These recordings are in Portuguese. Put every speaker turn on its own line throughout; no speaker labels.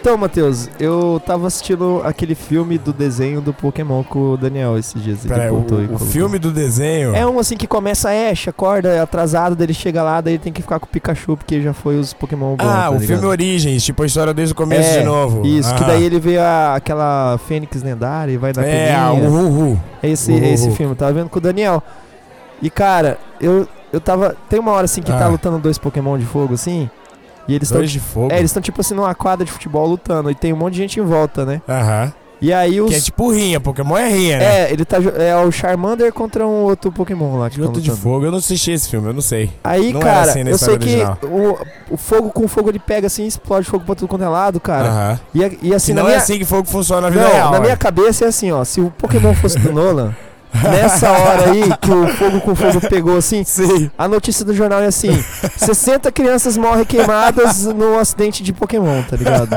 Então, Matheus, eu tava assistindo aquele filme do desenho do Pokémon com o Daniel esses dias. ele
Peraí, o,
contou e
é, o
colocou.
filme do desenho.
É um assim que começa, é, acorda, é atrasado, daí ele chega lá, daí ele tem que ficar com o Pikachu, porque já foi os Pokémon bons.
ah,
tá
o
ligado?
filme Origens, tipo a história desde o começo
É,
de novo.
Isso, que
Ah,
daí ele vê a- aquela Fênix lendária e vai na
É,
peninha.
o Ruhu.
É esse,
Uhul.
é esse filme, eu tava vendo com o Daniel. E cara, eu, eu tava. Tem uma hora assim que tá
Ah.
lutando dois Pokémon de fogo assim. E eles estão.
Dois de fogo.
É, eles estão tipo assim numa quadra de futebol lutando. E tem um monte de gente em volta, né?
Aham.
E aí os.
Que é tipo rinha, Pokémon é rinha, né?
É, ele tá. jo- É o Charmander contra um outro Pokémon lá que
Junto de
tão lutando.
fogo, eu não assisti esse filme, eu não sei.
Aí,
Não era
cara,
assim na
eu sei
história
que o, o fogo com fogo ele pega assim, explode fogo pra tudo quanto é lado, cara.
Aham.
E, a- e assim,
Se
na
não
minha,
é assim que fogo funciona na vida
não,
real.
na minha
né?
cabeça é assim, ó. Se o Pokémon fosse do Nolan, nessa hora aí que o fogo com fogo pegou assim,
Sim.
a notícia do jornal é assim: 60 crianças morrem queimadas num acidente de Pokémon, tá ligado?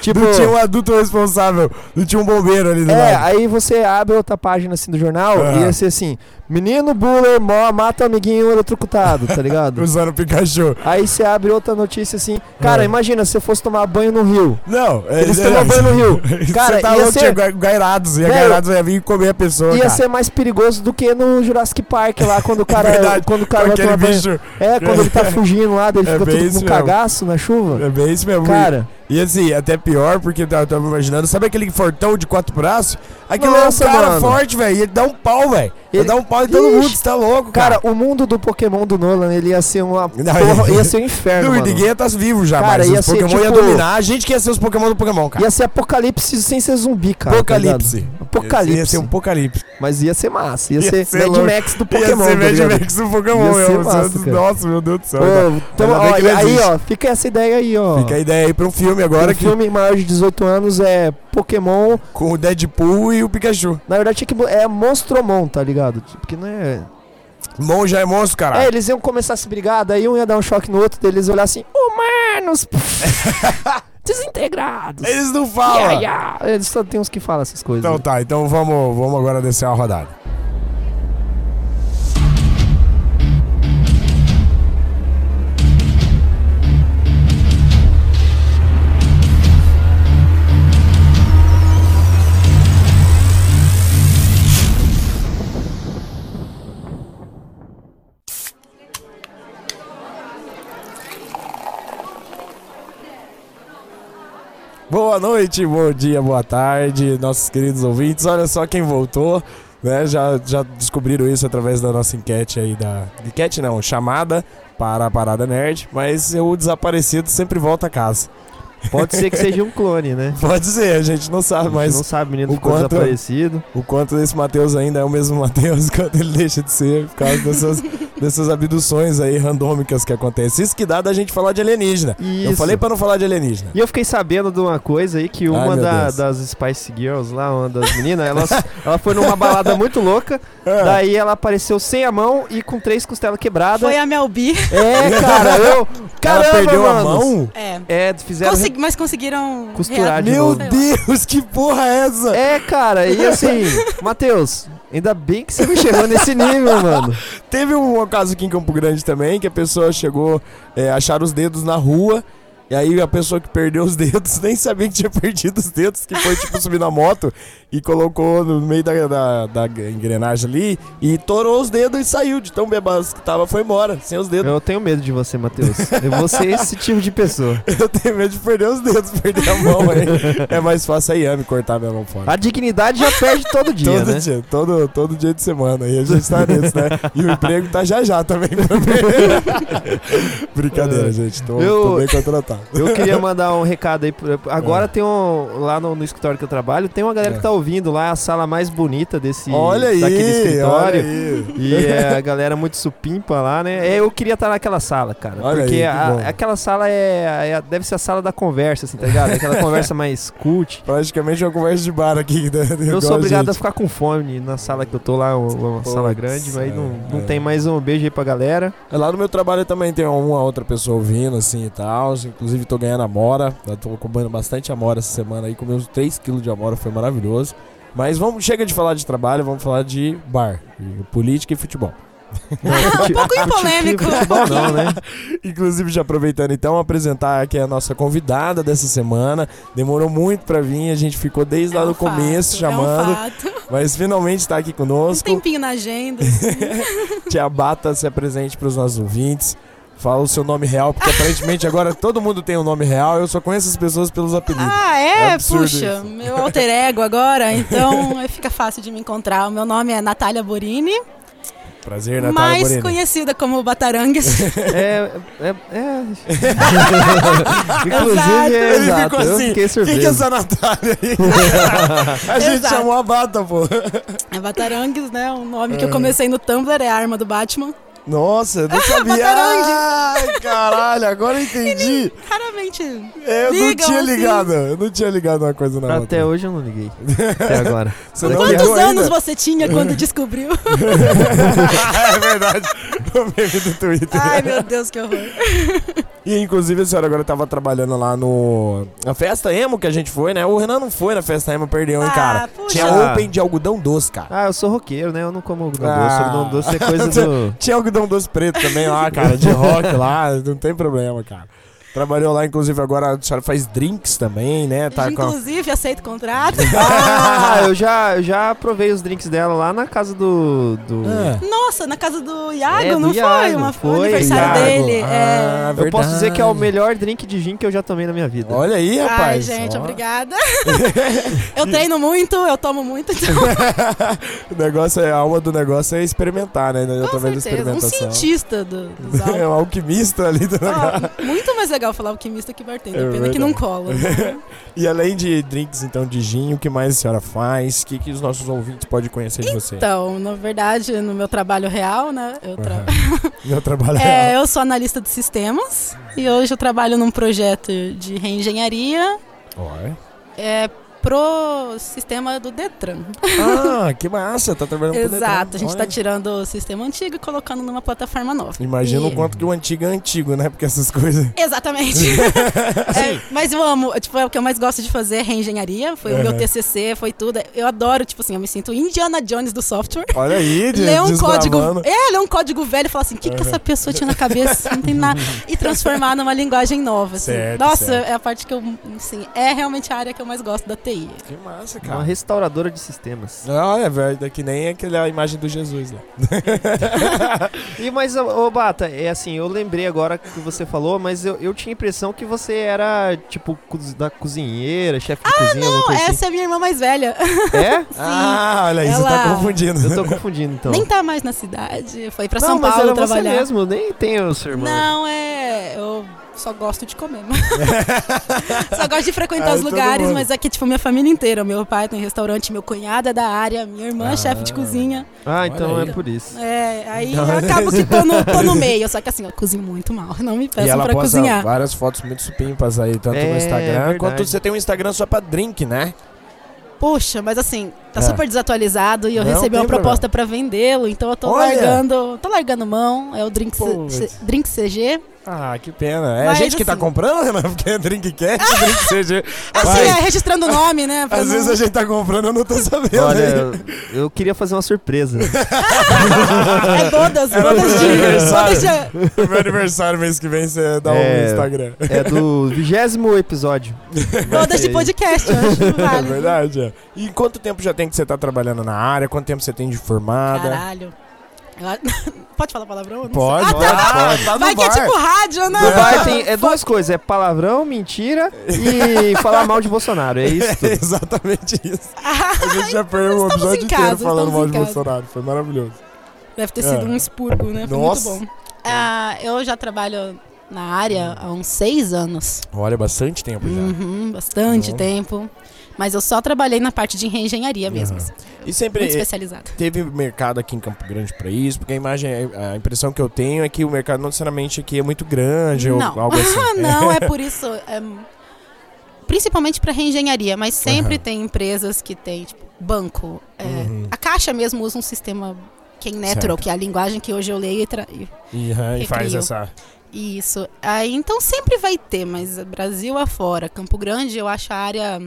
Tipo,
Não tinha um adulto responsável, não tinha um bombeiro ali do
é,
lado.
aí você abre outra página assim do jornal e
Aham.
ia ser assim: menino buller mó- mata o amiguinho eletrocutado, tá ligado?
Usando o Pikachu.
Aí você abre outra notícia assim, cara,
É.
imagina se eu fosse tomar banho no rio.
Não,
Eles
é-
tomam banho no rio. Cara,
você tá
ia
louco,
ser-
tinha gai- gairados. E a
Velho,
gairados ia vir comer a pessoa.
Ia
cara. É
ser mais perigoso do que no Jurassic Park lá, quando o cara,
Verdade,
quando o cara
Com
vai tomar
aquele
banho.
bicho.
É, quando ele tá fugindo lá, daí ele
É
fica
bem
tudo
isso
com
mesmo.
cagaço na chuva.
É bem isso mesmo.
Cara,
E assim, até pior, porque eu tava, tava imaginando, sabe aquele fortão de quatro braços? Aquilo
Nossa,
é um cara
mano.
forte, velho. e Ele dá um pau, velho. Ele...
Ele-
dá um pau em todo mundo,
Ixi.
você tá louco, cara.
cara, o mundo do Pokémon do Nolan, ele ia ser uma
Não,
porra,
ele-
ia ser um inferno,
Não, e
mano.
ninguém ia tá vivo já,
Cara,
mas
ia
os
ser,
Pokémon ia
tipo-
dominar. A gente que ia ser os Pokémon do Pokémon, cara.
Ia ser apocalipse sem ser zumbi, cara. tá ligado?
Apocalipse.
Apocalipse.
Ia ser um apocalipse.
Mas ia ser massa, ia,
Ia
ser,
ser
Mad
louco.
Max do Pokémon, tá
ia ser
ligado?
Mad Max do Pokémon.
Ia ser
eu-
massa, cara.
nossa, meu Deus do céu. cara.
Ô, então,
Ainda bem
ó,
que ele
aí,
existe.
ó, fica essa ideia aí, ó.
Fica a ideia aí pra um filme agora
o
que,
filme maior de 18 anos é Pokémon.
com o Deadpool e o Pikachu.
Na verdade, tinha que bo- é Monstromon, tá ligado? Porque não é.
Mon já é monstro, cara.
É, eles iam começar a se brigar, daí um ia dar um choque no outro, daí eles iam olhar assim, humanos! desintegrados!
Eles não falam.
Ya, ya. Eles só tem uns que falam essas coisas.
Então tá, então vamos, vamos agora descer a rodada. Boa noite, bom dia, boa tarde, nossos queridos ouvintes. Olha só quem voltou, né? Já, já descobriram isso através da nossa enquete aí da. Enquete não, chamada para a Parada Nerd, mas o desaparecido sempre volta a casa.
Pode ser que seja um clone, né?
Pode ser, a gente não
A
sabe,
gente
mas
não sabe, o menino
o
ficou
quanto-
desaparecido.
o quanto desse Matheus ainda é o mesmo Matheus quando ele deixa de ser, por causa dessas, dessas abduções aí randômicas que acontecem. Isso que dá da gente falar de alienígena.
Isso.
Eu falei pra não falar de alienígena.
E eu fiquei sabendo de uma coisa aí, que uma
Ai, meu
da-
Deus.
das Spice Girls lá, uma das meninas, ela, ela foi numa balada muito louca,
É.
daí ela apareceu sem a mão e com três costelas quebradas.
Foi a Mel B.
É, cara, eu... Caramba,
Ela perdeu
manos.
a mão?
É.
É, fizeram...
Consegui- mas conseguiram.
Costurar
rea-
de
Meu
novo.
Sei lá.
Deus, que porra é essa?
É, cara, e assim, Matheus, ainda bem que você me chegou nesse nível, mano.
Teve um caso aqui em Campo Grande também, que a pessoa chegou, é, acharam os dedos na rua, e aí a pessoa que perdeu os dedos nem sabia que tinha perdido os dedos, que foi tipo subir na moto e colocou no meio da, da, da engrenagem ali e torou os dedos e saiu de tão bebaço que tava, foi embora, sem os dedos.
Eu tenho medo de você, Matheus. Eu vou ser esse tipo de pessoa.
Eu tenho medo de perder os dedos, perder a mão aí. É mais fácil a Yami cortar minha mão fora.
A dignidade já perde todo dia,
todo
né?
dia, todo, todo dia de semana. E a gente tá nisso, né? E o emprego tá já já também. Brincadeira, gente. Tô,
É. Eu-
tô bem contratado.
Eu queria mandar um recado aí. pro-
Ah.
Agora tem um. Lá no, no escritório que eu trabalho, tem uma galera que tá ouvindo lá, é a sala mais bonita desse.
olha aí,
daquele tá escritório.
olha aí.
E é a galera muito supimpa lá, né? É, Eu queria estar naquela sala, cara.
Olha
porque
aí, que
a-
bom.
aquela sala é, é- Deve ser a sala da conversa, assim, tá ligado? Aquela conversa mais cult.
Praticamente uma conversa de bar aqui. Né?
Eu
Igual
sou
a
obrigado a
gente.
ficar com fome na sala que eu tô lá, uma uma
Putz,
sala grande, mas não, não
é.
tem mais um beijo aí pra galera.
Lá no meu trabalho também tem uma outra pessoa ouvindo, assim e tal. Inclusive, tô ganhando amora. Eu Tô comendo bastante amora essa semana aí. Comi uns 3kg de amora, foi maravilhoso. Mas vamos, chega de tipo, falar de trabalho, vamos falar de bar, de política e futebol.
um pouco polêmico.
Futebol não, né?
Inclusive, já aproveitando então, apresentar aqui a nossa convidada dessa semana. Demorou muito pra vir, a gente ficou desde lá
É um
no começo
fato,
chamando,
É um fato.
mas finalmente tá aqui
Um
conosco.
tempinho na agenda.
É Tia Bata se apresente pros nossos ouvintes. Fala o seu nome real, porque aparentemente agora todo mundo tem um nome real, eu só conheço as pessoas pelos apelidos.
Ah, é?
É absurdo
Puxa,
isso.
meu alter ego agora, então é, fica fácil de me encontrar. O meu nome é Natália Borini,
Prazer, É Natália
Ah, mais
Moreno.
conhecida como Batarangues.
É. é, é. Inclusive, é
Ele
exato.
ficou assim,
eu fiquei
Quem que é
surpreso.
essa Natália aí? a gente
Exato.
chamou a Bata, pô.
é Batarangues, né? Um nome que eu comecei no Tumblr, é a arma do Batman.
Nossa, eu não sabia.
Batarangue.
Ai, caralho, agora eu entendi.
Raramente.
É, Eu não
Ligam
tinha
assim.
ligado, eu não tinha ligado uma coisa na outra.
Até hoje eu não liguei. Até agora.
Você
Daqui
não
a-
ligou
Quantos
ainda?
anos você tinha quando descobriu?
é verdade, o meme do Twitter.
Ai, meu Deus, que horror.
E inclusive a senhora agora tava trabalhando lá no. Na festa emo que a gente foi, né? O Renan não foi na festa emo, perdeu, hein,
Ah,
cara.
puxa.
Tinha open de algodão doce, cara.
Ah, eu sou roqueiro, né? Eu não como algodão
Ah.
doce. Algodão doce é coisa do.
Tinha algodão doce preto também lá, cara, de rock lá, não tem problema, cara. Trabalhou lá, inclusive agora a senhora faz drinks também, né? Tá com a-
Inclusive, aceito contrato.
Ah, eu já, eu já provei os drinks dela lá na casa do. do...
Ah,
Nossa, na casa do Iago,
É, do
não foi?
Iago,
Uma, foi o
foi,
aniversário
Iago.
dele.
Ah,
é.
Eu posso dizer que é o
verdade.
melhor drink de gin que eu já tomei na minha vida.
Olha aí, rapaz.
Ai, gente,
ó.
obrigada. eu treino muito, eu tomo muito, então
O negócio é, a alma do negócio é experimentar, né? Eu tô vendo
com certeza. Um
experimentação.
cientista do, dos
é
álcool.
um alquimista ali do negócio.
Ah, muito mais legal falar alquimista que bartender,
É
pena
verdade.
que não cola.
E além de drinks, então, de gin, o que mais a senhora faz? O que, que os nossos ouvintes podem conhecer de você?
Então, na verdade, no meu trabalho real, né? Eu, tra-
Aham. Meu trabalho
É, eu sou analista de sistemas e hoje eu trabalho num projeto de reengenharia
Olha.
é, pro sistema do Detran.
Ah, que massa, tá trabalhando pro
Exato,
Detran,
a gente
olha.
tá tirando o sistema antigo e colocando numa plataforma nova.
Imagina o
E-
quanto que o antigo é antigo, né? Porque essas coisas.
Exatamente. É, mas eu amo, tipo, é o que eu mais gosto de fazer, é reengenharia. Foi o meu
Uhum.
TCC, foi tudo. Eu adoro, tipo assim, eu me sinto Indiana Jones do software.
Olha aí, de,
Ler um código,
desbravando.
é, ler um código velho e falar assim, o que, que essa pessoa tinha na cabeça? Não tem nada. E transformar numa linguagem nova. assim.
Certo,
Nossa,
certo.
é a parte que eu, assim, é realmente a área que eu mais gosto da TI.
Que massa,
É Uma
cara.
restauradora de sistemas.
Olha, velho, é que nem aquela imagem do Jesus né? lá.
E mas, ô ô, Bata, é assim, eu lembrei agora que você falou, mas eu, eu tinha a impressão que você era, tipo, coz- da cozinheira, chefe de cozinha, alguma
Não,
coisa
essa é a minha irmã mais velha.
Então.
assim. É?
Ah, olha aí, você tá
Ela-
confundindo.
Eu tô confundindo, então.
Nem tá mais na cidade, foi pra
não,
São
mas
Paulo
é
era
trabalhar.
você mesmo, nem tem o seu irmão.
Não, é. Eu só gosto de comer. mas- só gosto de frequentar
Ah,
os
todo
lugares,
mundo.
mas aqui, tipo, minha família inteira. Meu pai tem restaurante, meu cunhado é da área, minha irmã
Ah.
é chefe de cozinha.
Ah, então
Olha aí.
é por isso.
É, aí
Então,
eu acabo que tô no, tô no meio. Só que assim, eu cozinho muito mal. Não me
E
peçam
ela
pra
posta
cozinhar.
várias fotos muito supimpas aí, tanto
É,
no Instagram
verdade.
quanto você tem um Instagram só pra drink, né?
Puxa, mas assim, tá
É.
super desatualizado e eu
Não
recebi
tem
uma proposta pra vendê-lo, então eu tô
Olha.
largando. Tô largando mão. É o Drink, C-
Putz.
C- É Drink CG.
Ah, que pena. É a
Mas,
gente que tá
assim-
comprando, Renan, porque é drink cat, drink seja.
Assim,
Mas,
é, registrando o nome, né? pra
Às
não-
vezes a gente tá comprando, eu não tô sabendo.
Olha,
hein?
eu- eu queria fazer uma surpresa.
É bodas, bodas de.
aniversário.
Bodas de
Meu aniversário mês que vem você dá um
É.
Instagram.
É do vigésimo episódio.
Todas de podcast, eu acho
É
válido.
verdade, é. E quanto tempo já tem que você tá trabalhando na área? Quanto tempo você tem de formada?
Caralho. Eu a- Pode falar palavrão? Eu não
Pode,
sei.
pode, pode. Tá
Ah,
no
Vai que é
bar.
tipo rádio, né?
No bar tem é duas coisas, é palavrão, mentira e falar mal de Bolsonaro, é isso
É
tudo.
exatamente isso.
Ah,
A gente já perdeu um
estamos
episódio
em
inteiro
casa,
falando
estamos
mal
em
de
casa.
Bolsonaro. Foi maravilhoso.
Deve ter sido
É.
um expurgo, né? Foi
Nossa.
muito bom. Ah, eu já trabalho na área há uns seis anos.
Olha, bastante tempo já.
Uhum, bastante
Bom.
tempo. Mas eu só trabalhei na parte de reengenharia mesmo.
Uhum.
assim.
E
Muito
sempre
especializada.
teve mercado aqui em Campo Grande pra isso? Porque a imagem, a impressão que eu tenho é que o mercado não necessariamente aqui é muito grande
Não.
ou algo assim.
Ah, não, é por isso. é, principalmente para reengenharia, mas sempre
Aham.
tem empresas que tem, tipo, banco. é,
Uhum.
A Caixa mesmo usa um sistema que é Netro,
Certo.
que é a linguagem que hoje eu leio e, tra- e-
E, ah, e faz
Recrio.
essa.
e isso. Ah, Aí, então sempre vai ter, mas Brasil afora. Campo Grande, eu acho a área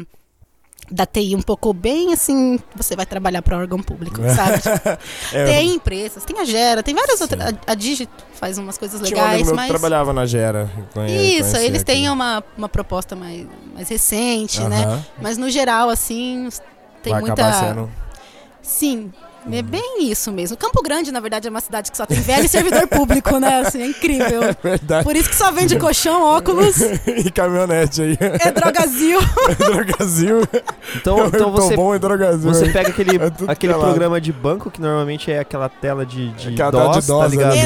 da TI um pouco bem assim, você vai trabalhar para órgão público, sabe? Tipo,
É,
tem empresas, tem a Gera, tem várias
Sim.
outras. A, a Digito faz umas coisas
Tinha um amigo
legais,
meu
mas.
que trabalhava na Gera. conhe-
Isso,
conhecia
eles
aqui.
têm uma, uma proposta mais, mais recente, né?
Aham.
Mas no geral, assim, os- tem
Vai
muita.
acabar sendo. Uhum.
Sim. É bem isso mesmo. Campo Grande, na verdade, é uma cidade que só tem velho e servidor público, né? Assim, é incrível.
É verdade.
Por isso que só vende colchão, óculos,
e caminhonete aí.
é drogazil.
Drogazil.
Então, então você,
bom e drogazil.
você pega aquele,
É tudo
aquele
pelado.
programa de banco, que normalmente é aquela tela de, de,
Aquela tela
DOS,
de
tá
DOS,
ligado?
né?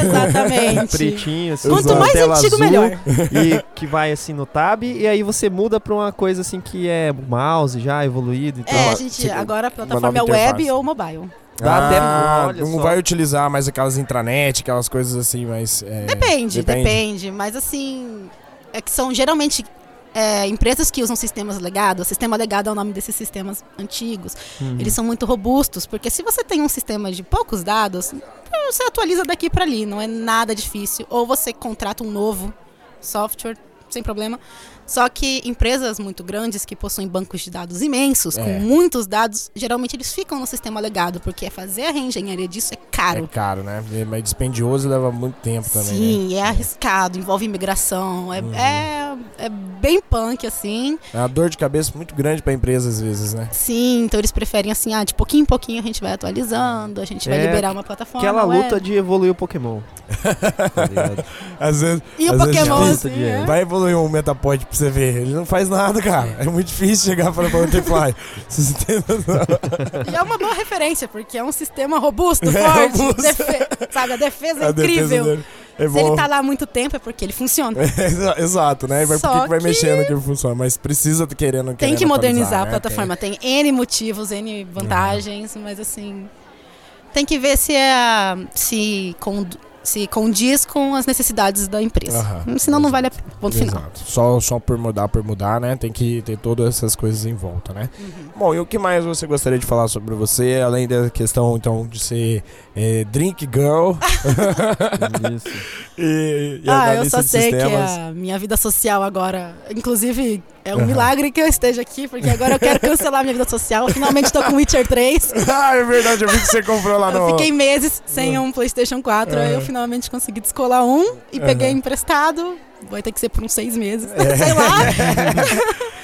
Exatamente.
Pretinho, assim,
Quanto
uma
mais
tela
antigo,
azul,
melhor.
E que vai assim no tab, e aí você muda pra uma coisa assim que é mouse já evoluído e tal.
É,
uma-
a gente,
tipo,
agora
uma
a plataforma é
nova
web
interface.
ou mobile.
Dá até-
Ah,
olha
não
só.
vai utilizar mais aquelas intranet, aquelas coisas assim, mas. é,
Depende, depende, Mas assim, é que são geralmente é, empresas que usam sistemas legados. Sistema legado é o nome desses sistemas antigos. Eles são muito robustos, porque se você tem um sistema de poucos dados, você atualiza daqui para ali, não é nada difícil. Ou você contrata um novo software, sem problema. Só que empresas muito grandes que possuem bancos de dados imensos,
É.
com muitos dados, geralmente eles ficam no sistema legado, porque fazer a reengenharia disso é caro.
É caro, né? É mais dispendioso e leva muito tempo também. né? Uhum.
Sim, é arriscado, envolve imigração, é, é, é bem punk, assim.
É uma dor de cabeça muito grande pra empresa às vezes, né?
Sim, então eles preferem assim, ah, de pouquinho em pouquinho a gente vai atualizando, a gente vai
É,
liberar uma plataforma. é.
Aquela
web.
luta de evoluir o Pokémon. Tá ligado?
Às vezes.
E o
às vezes
Pokémon,
difícil
assim,
de-
é.
Vai evoluir um Metapod pra você ver. Ele não faz nada, cara. É muito difícil chegar pra Butterfly. Vocês têm noção?
E é uma boa referência, porque é um sistema robusto,
É
forte,
robusto.
defe- sabe, a defesa é
A defesa
incrível.
dele É
Se ele
bom.
tá lá há muito tempo é porque ele funciona.
Exa- Exato, né? E Vai, por
Só
que que vai
que-
mexendo que funciona, mas precisa de querendo
Tem que
querendo
modernizar
atualizar,
a
né?
plataforma, tem. N motivos, N vantagens, mas assim. Tem que ver se é a- se, cond- se condiz com as necessidades da empresa.
Aham,
Senão não
exato.
vale a pena. Ponto final.
Exato. Só, só por mudar, por mudar, né? Tem que ter todas essas coisas em volta, né?
Uhum.
Bom, e o que mais você gostaria de falar sobre você, além da questão, então, de ser eh, drink girl
Isso.
e, e
Ah, eu
analista
só
de
sei que
sistemas?
a minha vida social agora, inclusive, é um milagre que eu esteja aqui, porque agora eu quero cancelar minha vida social. Eu finalmente tô com Witcher 3.
ah, é verdade, eu vi que você comprou lá no...
Eu fiquei meses sem um PlayStation 4. aí Eu
Aham.
finalmente consegui descolar um e
É. Aham. É.
peguei emprestado. Vai ter que ser por uns seis meses. Sei lá.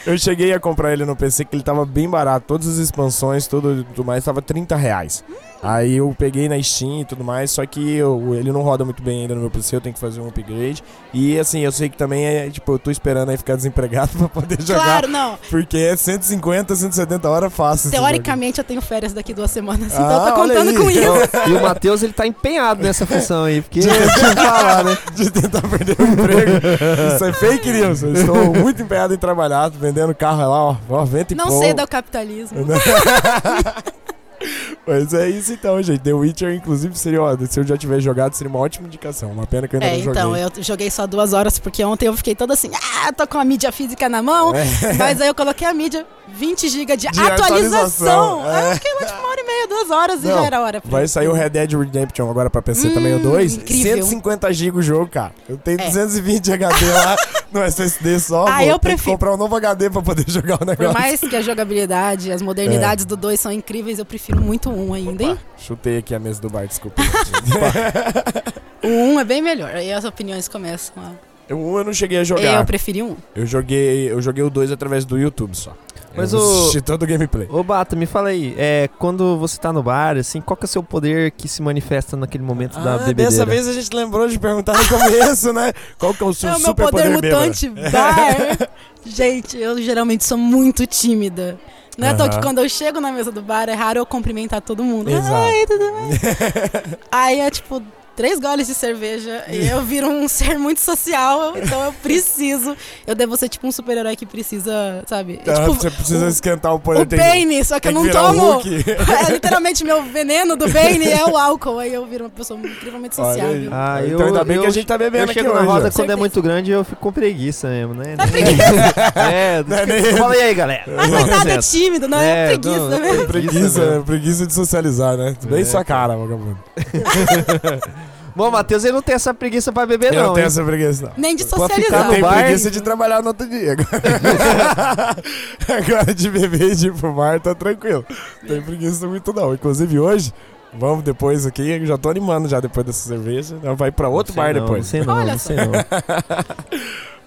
Eu cheguei a comprar ele no PC, que ele tava bem barato. Todas as expansões, tudo, tudo mais, tava 30 reais.
Hum.
Aí eu peguei na Steam e tudo mais, só que eu- ele não roda muito bem ainda no meu PC, eu tenho que fazer um upgrade. E assim, eu sei que também é, tipo, eu tô esperando aí ficar desempregado pra poder jogar.
Claro, não.
Porque é 150, 170 horas fácil. esse
Teoricamente eu tenho férias daqui duas semanas,
jogo.
então eu tô
Ah, olha
contando
aí.
com isso.
E o Matheus, ele tá empenhado nessa função aí, porque deixa eu falar, né?
de tentar perder o emprego. Isso é fake news. Eu estou muito empenhado em trabalhar, tô vendendo carro é lá, ó, ó vento e
Não
pouco.
ceda ao capitalismo.
Mas é isso então, gente. The Witcher, inclusive, seria, ó, se eu já tivesse jogado, seria uma ótima indicação. Uma pena que eu ainda
É,
não joguei.
então, eu joguei só duas horas, porque ontem eu fiquei toda assim, ah, tô com a mídia física na mão,
É.
mas aí eu coloquei a mídia 20 GB de,
De
atualização.
atualização,
Aí
é.
eu fiquei lá tipo uma hora e meia, duas horas e
Não,
já era hora. pra
Vai
isso.
sair o Red Dead Redemption agora pra PC
Hum,
também, o 2.
incrível.
150 GB o jogo, cara. Eu tenho
É.
220 HD lá no SSD só.
Ah,
vou
eu
ter que
prefiro-
comprar um novo HD pra poder jogar o
Por
negócio.
mais que a jogabilidade, as
É.
modernidades do 2 são incríveis, eu prefiro muito o 1 um ainda, hein?
Chutei aqui a mesa do bar, desculpa.
O 1 um é bem melhor, aí as opiniões começam a...
o 1 eu não cheguei a
Eu
jogar.
preferi o 1. Um.
Eu joguei, eu joguei o 2 através do YouTube só.
Mas
eu
o-
assisti todo o gameplay.
Ô Bata, me fala aí, é, quando você tá no bar, assim, qual que é o seu poder que se manifesta naquele momento da
Ah,
bebedeira?
dessa vez a gente lembrou de perguntar no começo, né? Qual que é o seu
é o meu
super
poder,
bêbado?
mutante bar. Gente, eu geralmente sou muito tímida. Não é à toa que
Aham.
quando eu chego na mesa do bar, é raro eu cumprimentar todo mundo.
Exato.
Ai, tudo bem? Aí é tipo três goles de cerveja e eu viro um ser muito social, então eu preciso. Eu devo ser tipo um super-herói que precisa, sabe? É
Ah,
tipo
você precisa esquentar o
o
poder. tem-
Bane, só que eu
tem
não
virar o
tomo.
Hulk.
É, literalmente, meu veneno do Bane é o álcool. Aí eu viro uma pessoa incrivelmente
Olha aí.
sociável.
Ah,
então
eu-
ainda bem que a
eu-
gente tá
Eu
bebendo aqui
chego na
hoje,
roda
ó.
quando é
Certeza.
muito grande eu fico com preguiça mesmo, né?
Tá
Nem-
preguiça.
É,
Não é
fica-
nem-
fala aí, aí, galera.
Ah, coitado, é tímido, não é,
É,
preguiça,
não,
né?
é
Preguiça,
mesmo.
preguiça de socializar, né? Bem
É,
sua
cara.
cara, vagabundo.
Bom, Matheus, ele não tem essa preguiça pra beber,
Eu
não.
não tenho
hein?
essa preguiça, não.
Nem de
Pra ficar
socializar.
no
Eu tenho
bar
preguiça
e-
de trabalhar no outro dia. Agora, Agora de beber e de fumar, tá tranquilo. Não tem preguiça muito não. Inclusive hoje, vamos depois aqui, eu já tô animando já depois dessa cerveja. Ela Vai pra outro
Não sei
bar
não,
depois.
Não sei não,
Olha
não
só.
sei não.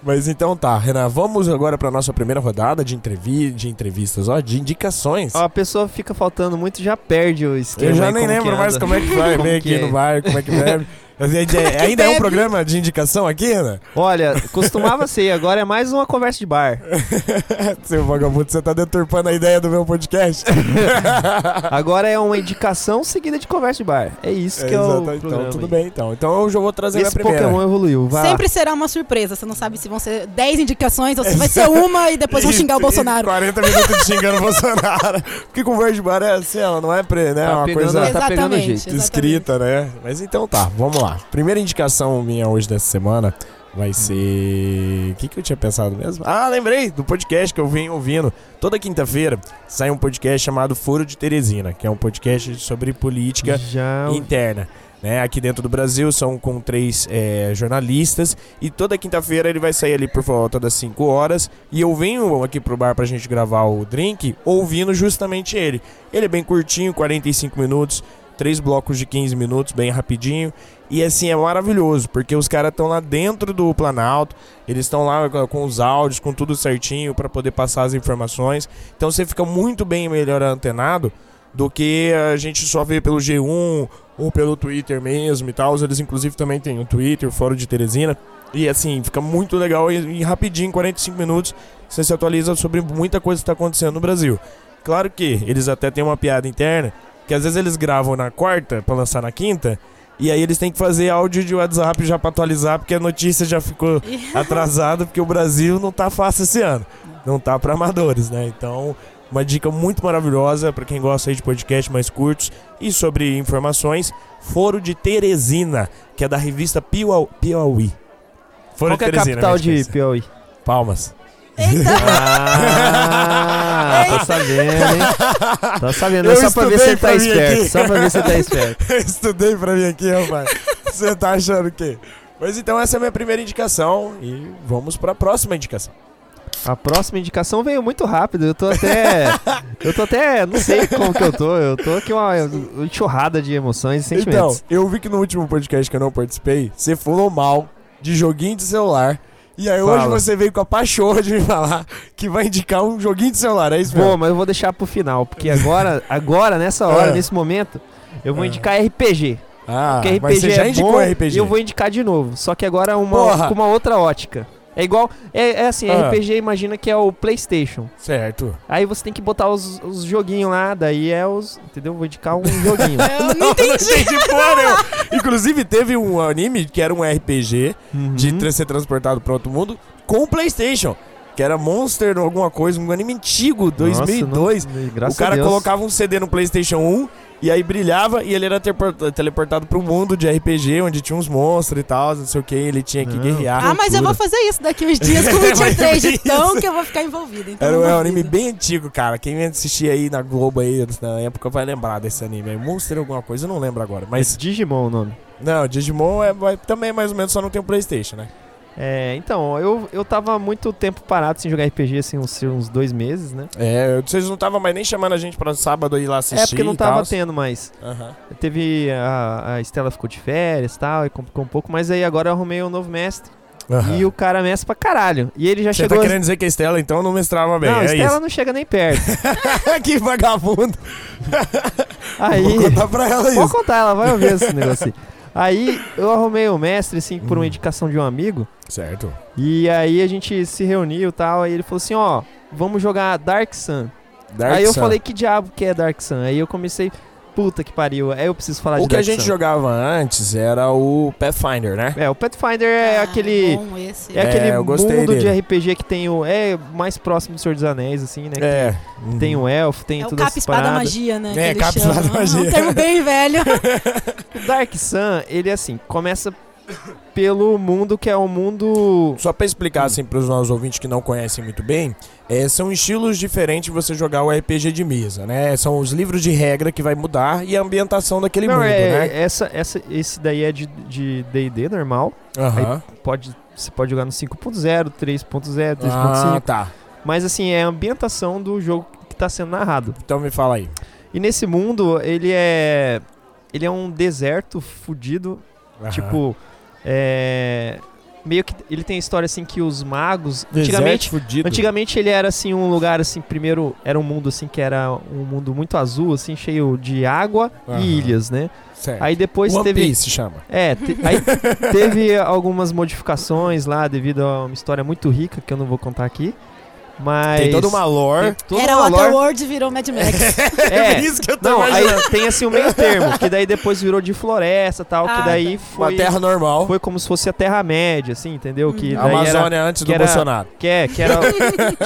Mas então tá, Renan, vamos agora pra nossa primeira rodada de, entrevi de entrevistas, ó, de indicações.
Ó, a pessoa fica faltando muito e já perde o esquema.
eu já
aí,
nem
como que
lembro mais
anda.
como é que vai,
Como
vem
que
aqui
é?
no bar, como é que bebe. Ainda- Ainda é um
bebe.
programa de indicação aqui, né? Renan?
Olha, costumava ser, agora é mais uma conversa de bar.
Seu vagabundo, você tá deturpando a ideia do meu podcast?
Agora é uma indicação seguida de conversa de bar. É isso que é, o
Exato,
programa
Então, tudo
aí.
bem, então. Então eu já vou trazer a
Esse
primeira.
Pokémon evoluiu, vai lá.
Sempre será uma surpresa. Você não sabe se vão ser 10 indicações ou se vai ser uma e depois vão
E-
xingar o
e
Bolsonaro.
40 minutos xingando o Bolsonaro. Porque conversa de bar é assim, ela não é, pre, né, é
Tá
uma
pegando,
coisa
tá pegando
Exatamente.
jeito.
escrita, né? Mas então tá, vamos lá. Primeira indicação minha hoje dessa semana vai ser... O que, que eu tinha pensado mesmo? Ah, lembrei do podcast que eu venho ouvindo. Toda quinta-feira sai um podcast chamado Foro de Teresina, que é um podcast sobre política
Já
interna. Né, aqui dentro do Brasil são com três é, jornalistas e toda quinta-feira ele vai sair ali por volta das 5 horas e eu venho aqui pro bar pra gente gravar o drink ouvindo justamente ele. Ele é bem curtinho, 45 minutos, três blocos de 15 minutos, bem rapidinho e assim é maravilhoso porque os caras estão lá dentro do Planalto, eles estão lá com- com os áudios, com tudo certinho pra poder passar as informações. Então você fica muito bem melhor antenado do que a gente só vê pelo G1 ou pelo Twitter mesmo e tal. Eles inclusive também têm o Twitter, o Fórum de Teresina. E assim, fica muito legal e, e rapidinho, em 45 minutos, você se atualiza sobre muita coisa que está acontecendo no Brasil. Claro que eles até têm uma piada interna, que às vezes eles gravam na quarta pra lançar na quinta, e aí eles têm que fazer áudio de WhatsApp já pra atualizar, porque a notícia já ficou atrasada, porque o Brasil não tá fácil esse ano. Não tá pra amadores, né? Então, uma dica muito maravilhosa pra quem gosta aí de podcast mais curtos e sobre informações, Foro de Teresina, que é da revista Piau- Piauí. Foro
Qual que é a capital de Piauí?
Palmas.
Eita,
Ah, tá sabendo, hein? Tá sabendo, é
É Eu
só pra ver
estudei
se ele tá
pra vir
esperto.
aqui.
Só pra ver se ele tá esperto.
Eu estudei pra mim aqui, rapaz. Você tá achando o quê? Mas então essa é a minha primeira indicação e vamos pra próxima indicação.
A próxima indicação veio muito rápido. Eu tô até. Eu tô até. Não sei como que eu tô. Eu tô aqui uma enxurrada de emoções e
Então,
sentimentos.
eu vi que no último podcast que eu não participei, você falou mal de joguinho de celular. E aí hoje
Fala.
você veio com a pachorra de me falar que vai indicar um joguinho de celular, é isso
Bom,
mesmo?
mas eu vou deixar pro final, porque agora, agora, nessa hora,
É.
nesse momento, eu vou indicar RPG.
Ah,
Porque
mas
RPG
você já
é
indicou
bom
RPG.
e eu vou indicar de novo. Só que agora é uma,
Porra.
com uma outra ótica. É igual. É, é assim,
Ah.
RPG imagina que é o PlayStation.
Certo.
Aí você tem que botar os, os joguinhos lá, daí é os. Entendeu? Vou indicar um joguinho.
eu não, entendi.
entendi porra nenhuma. Inclusive teve um anime que era um RPG
Uhum.
de tra- ser transportado para outro mundo com o PlayStation, que era Monster ou alguma coisa, um anime antigo, 2002.
Nossa, não- graças
o cara
a Deus.
colocava um CD no PlayStation 1 e aí brilhava e ele era telepor- teleportado para o mundo de RPG onde tinha uns monstros e tal, não sei o que, ele tinha que
Não.
guerrear.
Ah, mas eu vou fazer isso daqui uns dias com o
É,
Vai ter
dia 3 de
isso.
tão que eu vou ficar envolvida. Então
Era um,
eu
é um
não
anime
duvido.
bem antigo, cara. Quem assistia aí na Globo aí na época vai lembrar desse anime. É Monster alguma coisa, eu não lembro agora. Mas
Digimon o nome.
Não, Digimon é, vai- também mais ou menos só não tem o Playstation, né?
É, então, eu, eu tava muito tempo parado sem jogar RPG, assim, uns, uns dois meses, né?
É, eu- vocês não estavam mais nem chamando a gente pra sábado ir lá assistir
é, porque não
e
tava
tal.
tendo mais.
Aham.
Teve. A, a Estela ficou de férias e tal, e complicou um pouco, mas aí agora eu arrumei um novo mestre.
Aham.
E o cara mestre pra caralho. E ele já
Você
chegou.
tá querendo dizer que a Estela então não mestrava bem,
não, a
é
Estela não chega nem perto.
isso. que vagabundo.
Aí.
Vou contar pra ela
Vou
isso.
contar, ela vai ouvir esse negócio aí. Aí eu arrumei o mestre, assim, por uma
Hum.
indicação de um amigo.
Certo.
E aí a gente se reuniu e tal. Aí ele falou assim: ó, vamos jogar Dark Sun. aí eu falei: que diabo que é Dark Sun? Aí eu comecei, puta que pariu. Aí eu preciso falar
o
de
que a
Dark
gente
Sun.
jogava antes era o Pathfinder, né?
É, o Pathfinder é
Ah,
aquele.
bom esse.
É aquele
eu
mundo
gostei
de
dele.
RPG que tem o. É mais próximo do Senhor dos Anéis, assim, né? que
É.
Tem um
Uhum.
o elfo, tem
É o
todas
capa
essas
espada
paradas.
magia, né?
É,
que ele
capa espada
chama.
magia. Uhum.
É um termo bem velho.
O Dark Sun, ele assim, começa pelo mundo que é um mundo.
Só pra explicar assim para os nossos ouvintes que não conhecem muito bem, é, são estilos diferentes de você jogar o RPG de mesa, né? São os livros de regra que vai mudar e a ambientação daquele
Não,
mundo,
é,
né?
essa, essa, esse daí é de de DD normal.
Aham.
Pode, você pode jogar no 5.0, 3.0, 3.5.
Ah, tá.
Mas assim, é a ambientação do jogo que tá sendo narrado.
Então me fala aí.
E nesse mundo, ele é. Ele é um deserto fudido.
Aham.
Tipo. É. Meio que. Ele tem a história assim que os magos.
Deserto
antigamente.
fudido.
Antigamente ele era assim um lugar assim, primeiro era um mundo assim que era um mundo muito azul assim, cheio de água
Aham.
e ilhas, né?
Certo.
Aí depois
One
teve
Piece chama.
é, te- aí teve algumas modificações lá devido a uma história muito rica que eu não vou contar aqui. Mas
Tem toda uma lore.
Tem toda
Era
uma lore.
Waterworld virou Mad Max.
É.
isso que eu
Não, aí tem assim o meio termo, que daí depois virou de floresta e tal,
Ah,
que daí
Uma
foi,
terra normal.
foi como se fosse a Terra-média, assim, entendeu? Que
a
daí era,
Amazônia antes do
que era-
Bolsonaro.
que, é, que era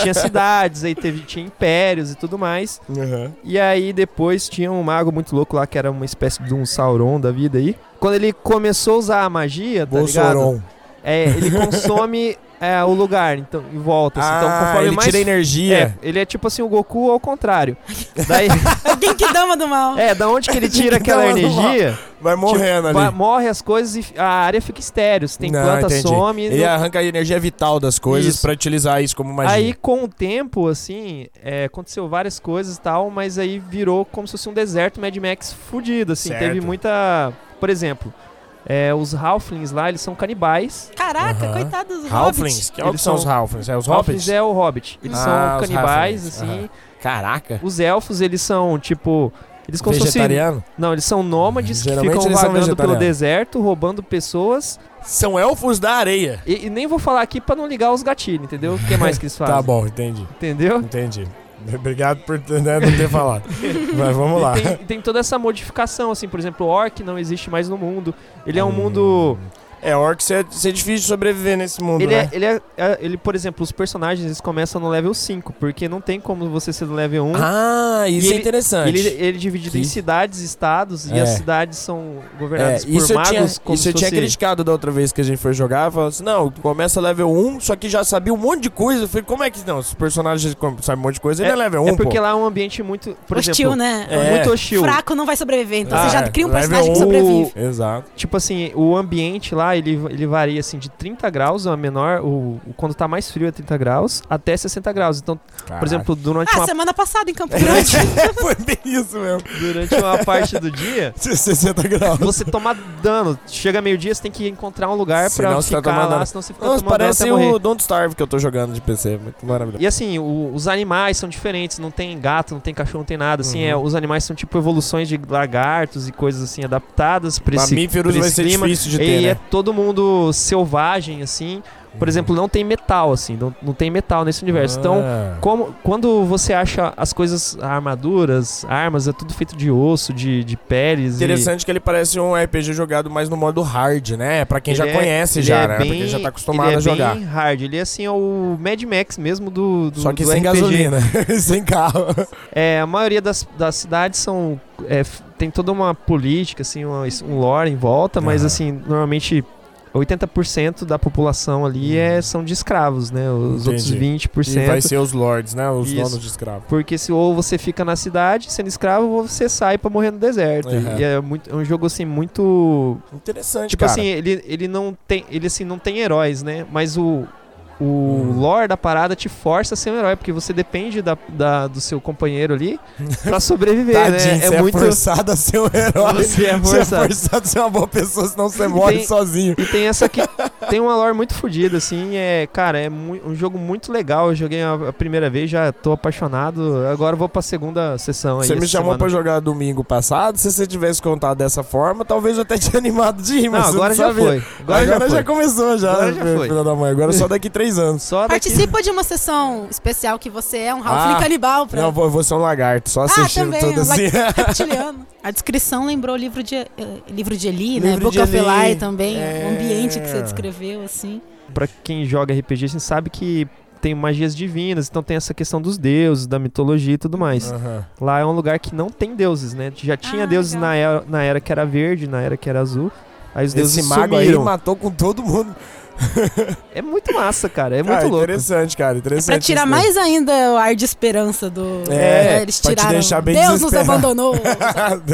tinha cidades, aí teve, tinha impérios e tudo mais.
Aham.
E aí depois tinha um mago muito louco lá que era uma espécie de um Sauron da vida aí. Quando ele começou a usar a magia, tá ligado?
Bolsoron.
É, ele consome é, o lugar, então em volta. assim. então
Ah,
conforme
ele
mais
tira
é,
energia.
ele é tipo assim o Goku ao contrário. Daí,
Quem que dama do mal?
é, da onde que ele tira aquela
Não, não, não.
energia?
Vai morrendo
tipo, Vai-
ali.
morre as coisas e fi- a área fica estéreo. Se tem
Não,
planta,
entendi.
some.
Ele
não-
arranca a energia vital das coisas
Isso.
pra utilizar isso como magia.
Aí, com o tempo, assim, é, aconteceu várias coisas e tal, mas aí virou como se fosse um deserto Mad Max fudido, assim.
Certo.
Teve muita... Por exemplo, é, os Halflings lá, eles são canibais.
Caraca,
Aham.
coitados.
Halflings? Que
Eles
que são os
são-
Halflings? É os
Halflings
Hobbits?
é o Hobbit. Eles
Ah,
são
os
canibais,
Halflings,
assim.
aham. Caraca.
Os Elfos, eles são, tipo... Eles como se fosse-
Vegetariano?
Não, eles são nômades que
Geralmente
ficam
eles são
vagando pelo
vegetarianos.
deserto, roubando pessoas.
São elfos da areia.
E, e nem vou falar aqui pra não ligar os gatilhos, entendeu? O que mais que eles fazem?
Tá bom, entendi.
Entendeu?
Entendi. Obrigado por né, não ter falado. Mas vamos lá.
E tem, tem toda essa modificação, assim, por exemplo, o Orc não existe mais no mundo. Ele
Hum.
é um mundo.
É, orcs é, é difícil de sobreviver nesse mundo,
Ele,
né?
é, ele, é, é- ele, por exemplo, os personagens eles começam no level 5, porque não tem como você ser no level 1.
Ah, isso
E
é
ele-
interessante.
Ele, ele é dividido em
Que-
cidades e estados, e
É.
as cidades são
É,
governadas por
isso eu
magos.
tinha,
como
isso
se
eu tinha
fosse-
criticado da outra vez que a gente foi jogar. Falou assim: não, começa level 1, só que já sabia um monte de coisa. Eu falei: como é que não? Se o personagem sabe um monte de coisa, ele é, level 1.
É porque
pô.
lá é um ambiente muito. Por
Hostil,
exemplo,
né?
É.
muito hostil.
Fraco não vai sobreviver. Então
Ah,
você
é.
já cria um
Level
personagem que
um.
sobrevive.
Exato.
Tipo assim, o ambiente lá, ele, ele varia assim de 30 graus, a menor, o, o- quando tá mais frio é 30 graus, até 60 graus. Então, por exemplo, durante
Ah,
uma
semana passada em Campo Grande.
Foi bem isso mesmo.
durante uma parte do dia,
60 graus.
você toma dano. Chega meio-dia, você tem que encontrar um lugar
Senão
pra
você tá
ficar
tomando dano.
lá, senão você fica
Nossa,
tomando dano
parece
até morrer.
o Don't Starve que eu tô jogando de PC. Muito maravilhoso.
E assim, o- os animais são diferentes, não tem gato, não tem cachorro, não tem nada. Assim,
Uhum.
é, os animais são tipo evoluções de lagartos e coisas assim adaptadas pra esse,
Mamíferos
pra
vai
esse
ser
clima.
difícil de
e
ter,
é
né? Uhum.
todo mundo selvagem, assim. Por exemplo, não tem metal, assim, não, não tem metal nesse universo. Então,
Ah.
como, quando você acha as coisas, armaduras, armas, é tudo feito de osso, de, de peles. e-
Interessante que ele parece um RPG jogado mais no modo hard, né? Pra quem
Ele
já
é-
conhece
ele
já,
é
né? pra quem
bem-
já tá acostumado
ele é
a jogar.
Bem hard, ele é assim, é o Mad Max mesmo do, do
Só que
do
sem
RPG.
gasolina, né? sem carro.
É, a maioria das, das cidades são é, f- tem toda uma política assim, uma- um lore em volta, mas
Aham.
assim, normalmente 80% da população ali é, são de escravos, né? Os
Uhum. Entendi.
outros
E vai
20%.
ser os lords, né? Os
Isso.
donos de escravo.
Porque se ou você fica na cidade sendo escravo, ou você sai pra morrer no deserto.
Aham.
E é, muito, é um jogo assim muito
Interessante,
Tipo
cara.
assim, ele, ele não tem. Ele assim, não tem heróis, né? Mas o. O
Hum.
lore da parada te força a ser um herói, porque você depende da, da- do seu companheiro ali pra sobreviver,
Tadinho,
né?
você
É muito.
forçado a ser um herói.
Você é
Você
forçado.
é forçado a ser uma boa pessoa, senão você morre
Tem-
sozinho.
E tem essa aqui. Tem uma lore muito fodida, assim. É, cara, é mu- um jogo muito legal. Eu joguei a, a primeira vez, já tô apaixonado. Agora eu vou pra segunda sessão aí.
Você me
essa
chamou pra
semana.
jogar domingo passado. Se você tivesse contado dessa forma, talvez eu até tinha animado de rir, mas
Não,
você
agora
não
já
sabia.
foi. Agora, já, foi.
começou, já, né,
Agora já
filho
foi.
da mãe. Agora só daqui três anos.
Só daqui-
Participa de uma sessão especial que você é um Ralph
Ah,
canibal pra
Não, eu vou, eu vou ser um lagarto, só assistindo
também,
tudo
um
assim.
reptiliano. A descrição lembrou o livro de, eh, livro de Eli, né?
Livro
Book
de
of
Eli.
Eli também,
É.
o ambiente que você descreveu, assim.
Pra quem joga RPG, a gente sabe que tem magias divinas, então tem essa questão dos deuses, da mitologia e tudo mais.
Aham.
Lá é um lugar que não tem deuses, né? Já tinha
Ah,
deuses
legal.
na era, na era que era verde, na era que era azul. Aí os deuses
Esse mago aí
sumiram.
matou com todo mundo.
É muito massa, cara. É
Ah,
muito louco.
Interessante, cara.
É
Interessante.
pra tirar
isso daí.
mais ainda o ar de esperança do. né,
É,
eles
pra te
tiraram.
deixar bem
Deus nos
desesperado."
abandonou.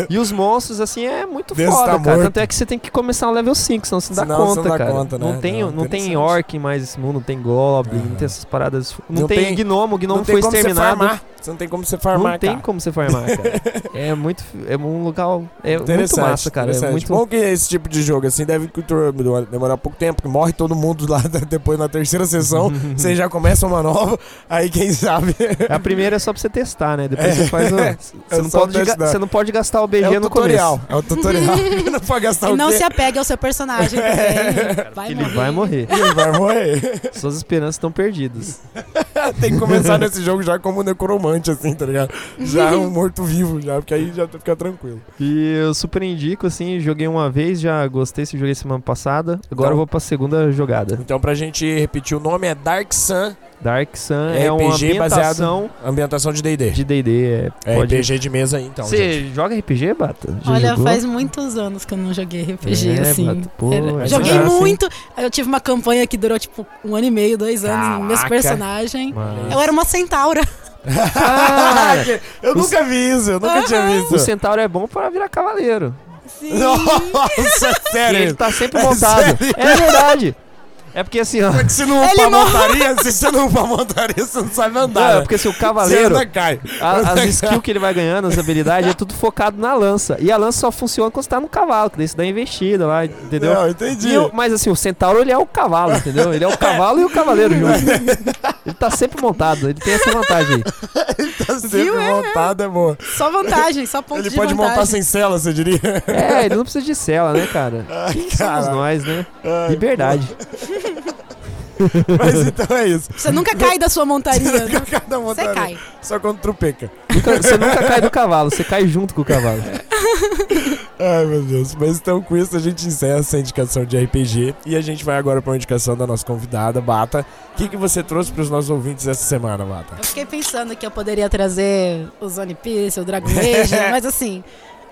E os monstros, assim, é muito
Deus
foda,
tá
cara.
morto.
Tanto é que você tem que começar um level 5, senão você não dá
Senão você
conta,
não dá
cara.
conta, né?
Não tem,
Não,
não, tem
interessante.
orc mais nesse mundo, não tem goblin, não
Aham.
tem essas paradas. Não,
Não
tem,
tem-
gnomo, o
Não,
gnomo foi
tem como você
exterminado.
farmar. Você não tem como você farmar,
não tem
cara.
como você farmar, cara. é muito. É um local. É muito
Interessante,
massa, cara. É
interessante.
muito.
Bom que esse tipo de jogo, assim, deve cultura- demorar pouco tempo, que morre todo mundo lá depois na terceira sessão, você já começa uma nova, aí quem sabe.
A primeira é só pra você testar, né? Depois você faz o. Você, não
só
pode, ga-
testar.
você não pode gastar o BG
é
no
o tutorial.
começo.
É o tutorial. não pode gastar
E
o
não
quê? É.
se né? apegue ao seu personagem também. Vai
Ele vai morrer.
Ele vai morrer.
Suas esperanças estão perdidas.
Tem que começar nesse jogo já como necromante, assim, tá ligado? Já um morto-vivo, já, porque aí já fica tranquilo.
E eu super indico, assim, joguei uma vez, já gostei se joguei semana passada. Agora
Então-
eu vou pra segunda jogada.
Então, pra gente repetir, o nome é Dark Sun,
Dark Sun
É
é, uma
RPG baseado
ambientação
ambientação de D&D.
de D&D.
É
pode...
RPG de mesa aí, então, gente.
Você joga RPG, Bata? Já
Olha,
jogou?
faz um muitos anos que eu não joguei RPG,
É,
assim.
Bata, pô,
Era-
é
Joguei
massa, hein?
muito. aí Eu tive uma campanha que durou, tipo, um ano e meio, dois anos,
Caraca.
meus personagens.
Mas-
Eu era uma centaura.
Cara, os-
eu nunca vi isso, eu nunca tinha visto.
o centauro é bom pra virar cavaleiro.
Sim.
Nossa, é
E
sério.
ele tá sempre montado. É verdade. É porque assim, ó.
Só que se não
Ele
upar
morre.
montaria, se você não upar montaria, você não sabe andar.
É
né?
porque assim, o
Você
cavaleiro,
anda, cai.
a- as skills que ele vai ganhando, as habilidades, é tudo focado na lança. E a lança só funciona quando você tá no cavalo, que daí você dá investida lá, entendeu?
Não, entendi.
E eu- mas assim, o centauro ele é o cavalo, entendeu? Ele é o cavalo e o cavaleiro junto. Ele tá sempre montado, ele tem essa vantagem aí.
Tá sempre
Viu? É, é.
montado, é bom.
Só vantagem, só ponto
Ele
de
pode
vantagem.
montar sem cela, você diria?
É, ele não precisa de cela, né, cara? Quem somos
caralho.
nós, né?
Ai,
Liberdade.
Mas então é isso.
Você nunca cai da sua montaria. né?
Cada
Você
montaria.
cai.
Só quando trupeca.
Nunca- você nunca cai do cavalo, você cai junto com o cavalo.
Ai, meu Deus. Mas então com isso a gente encerra essa indicação de RPG. E a gente vai agora pra uma indicação da nossa convidada, Bata. O que, que você trouxe pros nossos ouvintes essa semana, Bata?
Eu fiquei pensando que eu poderia trazer o Zone Piece, o Dragon Age, mas assim,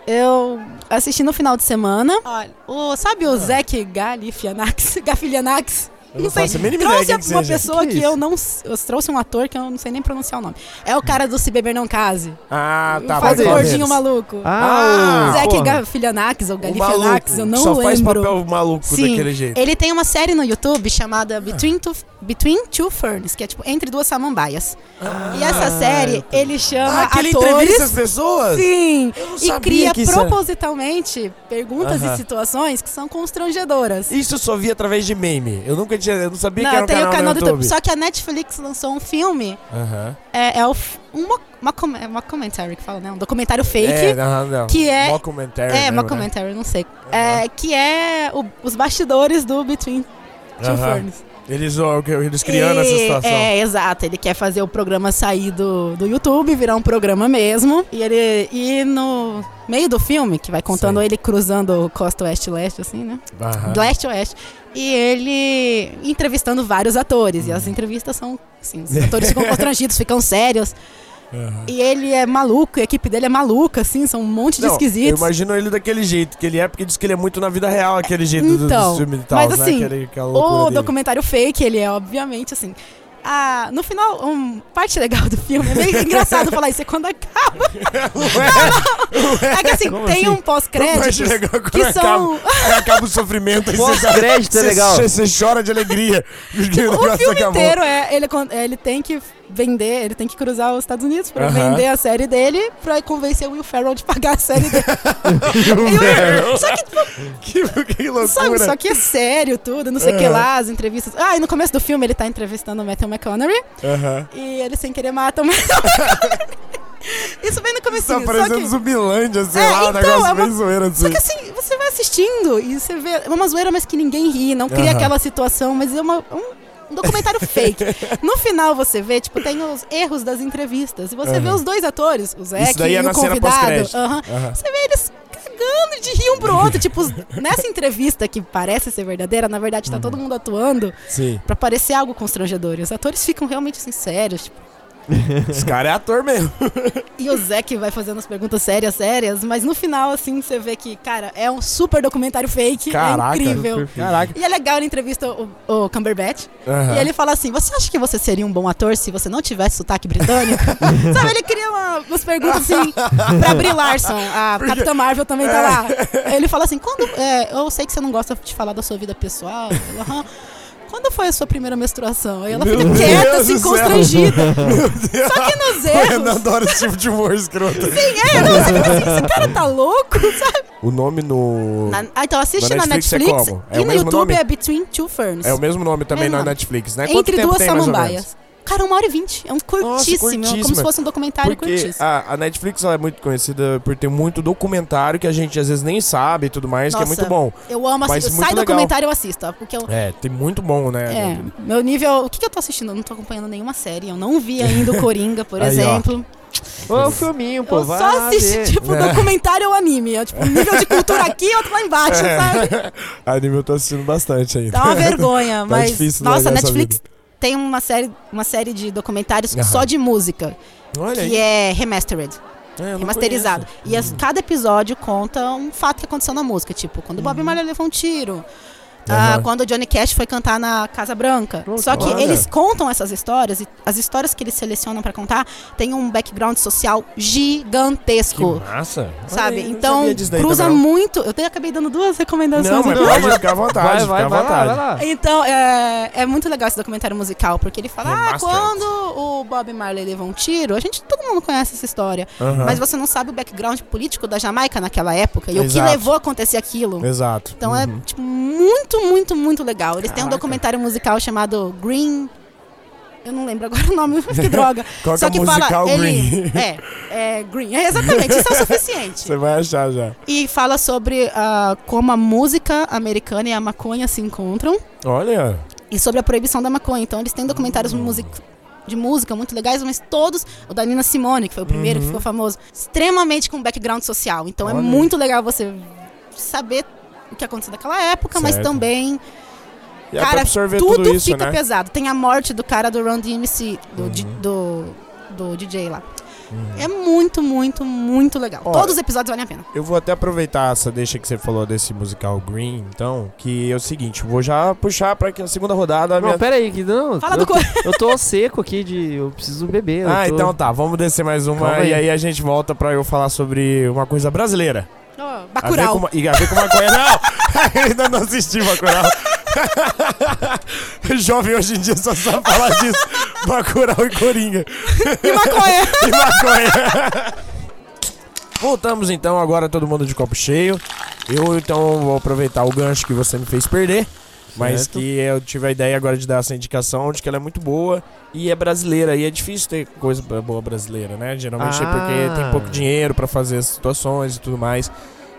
eu assisti no final de semana. Olha, o, sabe o Zac Galifianax? Gafilianax?
Eu não faço a mínima ideia
trouxe
quem que
uma
seja.
pessoa
Que
que,
que é
eu não. s- Eu trouxe um ator que eu não sei nem pronunciar o nome. É o cara do Se Beber Não Case.
Ah, tá.
faz o
mais ou
gordinho
menos.
maluco.
Ah,
Ah,
o-
Zac
porra.
Gafilianax ou
O
Galifianax, eu não
só
lembro.
faz papel maluco
Sim.
daquele jeito.
Ele tem uma série no YouTube
Ah.
chamada Between Two, Between Two Ferns, que é tipo Entre Duas Samambaias. É, e essa série, ele chama
Ah, que ele entrevista
atores...
as pessoas?
Sim, e
sabia
cria
que isso era.
propositalmente perguntas
Aham.
e situações que são constrangedoras.
Isso eu só vi através de meme. Eu nunca tinha. Eu não sabia que era
Não,
um
tem
canal,
o canal do YouTube.
YouTube.
Só que a Netflix lançou um filme,
Aham.
é, é o f- um mo- uma, com- é uma commentary que fala, né? Um documentário fake.
É, não, não.
que é-
Mockumentary,
É,
mesmo,
uma
né?
commentary, não sei. É, que é o- os bastidores do Between Two
Aham.
Ferns.
Eles, ó, eles criando essa
um E-
situação.
É, exato. Ele quer fazer o programa sair do, do YouTube, virar um programa mesmo. E ele. E no meio do filme, que vai contando
Sei.
ele cruzando costa oeste e leste, assim, né?
Aham.
Do leste a oeste. E ele entrevistando vários atores. E
Uhum.
as entrevistas são. Assim, os atores ficam constrangidos, ficam sérios.
Aham.
E ele é maluco, e a equipe dele é maluca, assim, são um monte de
Não, eu
esquisitos.
imagino ele daquele jeito que ele é, porque diz que ele é muito na vida real, aquele jeito do-
Então,
dos filmes e tal,
mas
né?
assim,
Aquele- aquela loucura
O
dele.
documentário fake, ele é, obviamente, assim. Ah, no final, um, parte legal do filme, é meio engraçado falar isso, é quando acaba. É que assim,
Como
tem
assim?
um
Mas
pós-crédito
legal quando
que
acaba,
são.
aí acaba o sofrimento. aí você-
Pós-crédito é
você-
legal.
Você chora de alegria. porque
O
negócio
filme
acabou.
inteiro é. Ele, con- ele tem que vender, ele tem que cruzar os Estados Unidos pra
Aham.
vender a série dele, pra convencer o Will Ferrell de pagar a série dele. E o- só que, tipo,
Que, que loucura. É.
sabe, só que é sério tudo, não sei o que
Aham.
lá, as entrevistas. Ah, e no começo do filme ele tá entrevistando o Matthew McConaughey
Aham.
e ele sem querer mata o Matthew McConaughey. Isso vem no começo
Tá
Assim, só
parecendo
que...
Zumbilândia, sei
É,
lá, um
então,
negócio
é uma-
bem zoeiro assim.
Só que assim, você vai assistindo e você vê. É uma zoeira, mas que ninguém ri, não cria
Aham.
aquela situação, mas é uma, um, um documentário fake. No final você vê, tipo, tem os erros das entrevistas. E você vê
Aham.
os dois atores, o Zé
Isso daí é
e
na
o
cena
convidado.
pós-crédito.
Aham.
Aham.
Você vê eles cagando de rir um pro outro. tipo, os- nessa entrevista que parece ser verdadeira, na verdade
Uhum.
tá todo mundo atuando
Sim.
pra parecer algo constrangedor. E os atores ficam realmente assim, sérios, tipo.
Esse cara é ator mesmo.
E o Zé que vai fazendo as perguntas sérias, sérias, mas no final, assim, você vê que, cara, é um super documentário fake,
Caraca,
é incrível.
super
Caraca.
E é legal, ele entrevista o, o Cumberbatch,
Aham.
e ele fala assim, você acha que você seria um bom ator se você não tivesse sotaque britânico? Sabe, ele cria uma- umas perguntas, assim, pra Brie Larson, a Capitã Marvel também tá lá. Ele fala assim, quando... é, eu sei que você não gosta de falar da sua vida pessoal, eu, "Aham." Quando foi a sua primeira menstruação? Aí ela
Meu
fica quieta,
Deus do
assim,
céu.
constrangida.
Meu Deus.
Só que nos
Eu não
erros...
adoro esse tipo de humor escroto.
Sim, é, não, você fica assim, esse cara tá louco, sabe?
O nome no.
Na- ah, então assiste
Na
na
Netflix
Netflix,
é como? É o
e no
mesmo
YouTube
nome?
é Between Two Ferns.
É o mesmo nome também
É o
na
nome.
Netflix, né? Quanto
entre
tempo
duas
tem, mais ou menos?
samambaias. Cara, uma hora e vinte. É um curtíssimo. é como
curtíssimo.
se fosse um documentário
Porque
curtíssimo.
a, a Netflix ela é muito conhecida por ter muito documentário que a gente às vezes nem sabe e tudo mais, que é
Nossa.
muito bom.
eu amo
mas
assistir.
muito
Sai
legal.
documentário, eu assisto. ó, Porque eu.
É, tem muito bom,
É,
né?
meu nível. O que, que eu tô assistindo? Eu não tô acompanhando nenhuma série. Eu não vi ainda o Coringa, por
Aí, ó.
exemplo.
Ô, o filminho, pô,
eu
vai
só
lá
assisto,
ver.
tipo, documentário ou anime. É, tipo, um nível de cultura aqui e outro lá embaixo,
É.
sabe?
A Anime eu tô assistindo bastante ainda.
Dá uma vergonha, mas.
Tá difícil
nossa, a
largar essa
Netflix tem uma série, uma série de documentários
Aham.
só de música,
Olha aí.
que é remastered.
É, eu não Uhum.
remasterizado. E as- cada episódio conta um fato que aconteceu na música, tipo, quando o Bob Marley levou um tiro. ah,
Uhum. Aham.
quando o Johnny Cash foi cantar na Casa Branca.
Pronto,
Só que
olha.
eles contam essas histórias e as histórias que eles selecionam pra contar têm um background social
Que
gigantesco,
massa. Olha
sabe?
aí, eu não
então
sabia disso daí
cruza
também,
muito. Eu tenho, acabei dando duas recomendações.
Não, mas
aqui.
pode ficar à vontade.
Vai,
fica
vai,
à
vai lá,
vontade.
vai lá.
Então, é, é muito legal esse documentário musical, porque ele fala, ah,
Remastered.
quando o Bob Marley levou um tiro, a gente, todo mundo conhece essa história,
Aham.
mas você não sabe o background político da Jamaica naquela época, e o que
Exato.
levou a acontecer aquilo.
Exato. Uhum.
Então é, tipo, muito, muito, muito legal. Eles têm um documentário musical chamado Green... Eu não lembro agora o nome, que droga.
Coloca
Só que
é musical
fala...
Green.
Ele, é, é, Green. É, exatamente, isso é o suficiente.
Você vai achar já.
E fala sobre ah, como a música americana e a maconha se encontram
Olha.
e sobre a proibição da maconha. Então eles têm documentários music- de música muito legais, mas todos, o da Nina Simone, que foi o primeiro que ficou famoso, extremamente com background social. Então
Olha.
é muito legal você saber o que aconteceu naquela época, mas
Certo.
também,
E é pra
cara,
absorver
tudo,
tudo, isso,
fica
né?
pesado. Tem a morte do cara do Run DMC, do, di- do, do DJ lá. É muito, muito, muito legal.
Ó,
Todos os episódios valem a pena.
Eu vou até aproveitar essa deixa que você falou desse musical Green, então, que é o seguinte, vou já puxar pra que a segunda rodada... a minha-
Não, pera aí, que não.
Fala
eu,
do co...
eu tô seco aqui de. Eu preciso beber. eu
Ah,
tô-
então tá, vamos descer mais uma
Calma aí.
e aí a gente volta pra eu falar sobre uma coisa brasileira.
Ó,
A ver
Oh, Bacurau.
com ma- E a ver com maconha, não! Ainda não assisti Bacurau. Jovem hoje em dia só sabe falar disso. Bacurau e Coringa.
E maconha.
E maconha. Voltamos então, agora todo mundo de copo cheio. Eu então vou aproveitar o gancho que você me fez perder. Mas
Certo.
que eu tive a ideia agora de dar essa indicação de que ela é muito boa e é brasileira. E é difícil ter coisa bra- boa brasileira, né? Geralmente é
Ah.
porque tem pouco dinheiro pra fazer as situações e tudo mais.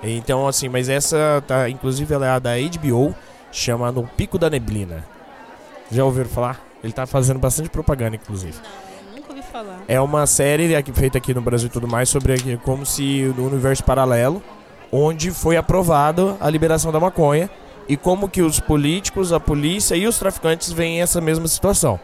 Então, assim, mas essa, tá, inclusive, ela é a da HBO, chama No Pico da Neblina. Já ouviram falar? Ele tá fazendo bastante propaganda, inclusive.
Nunca ouvi falar.
É uma série aqui- feita aqui no Brasil e tudo mais sobre aqui- como se no universo paralelo, onde foi aprovada a liberação da maconha e como que os políticos, a polícia e os traficantes veem essa mesma situação.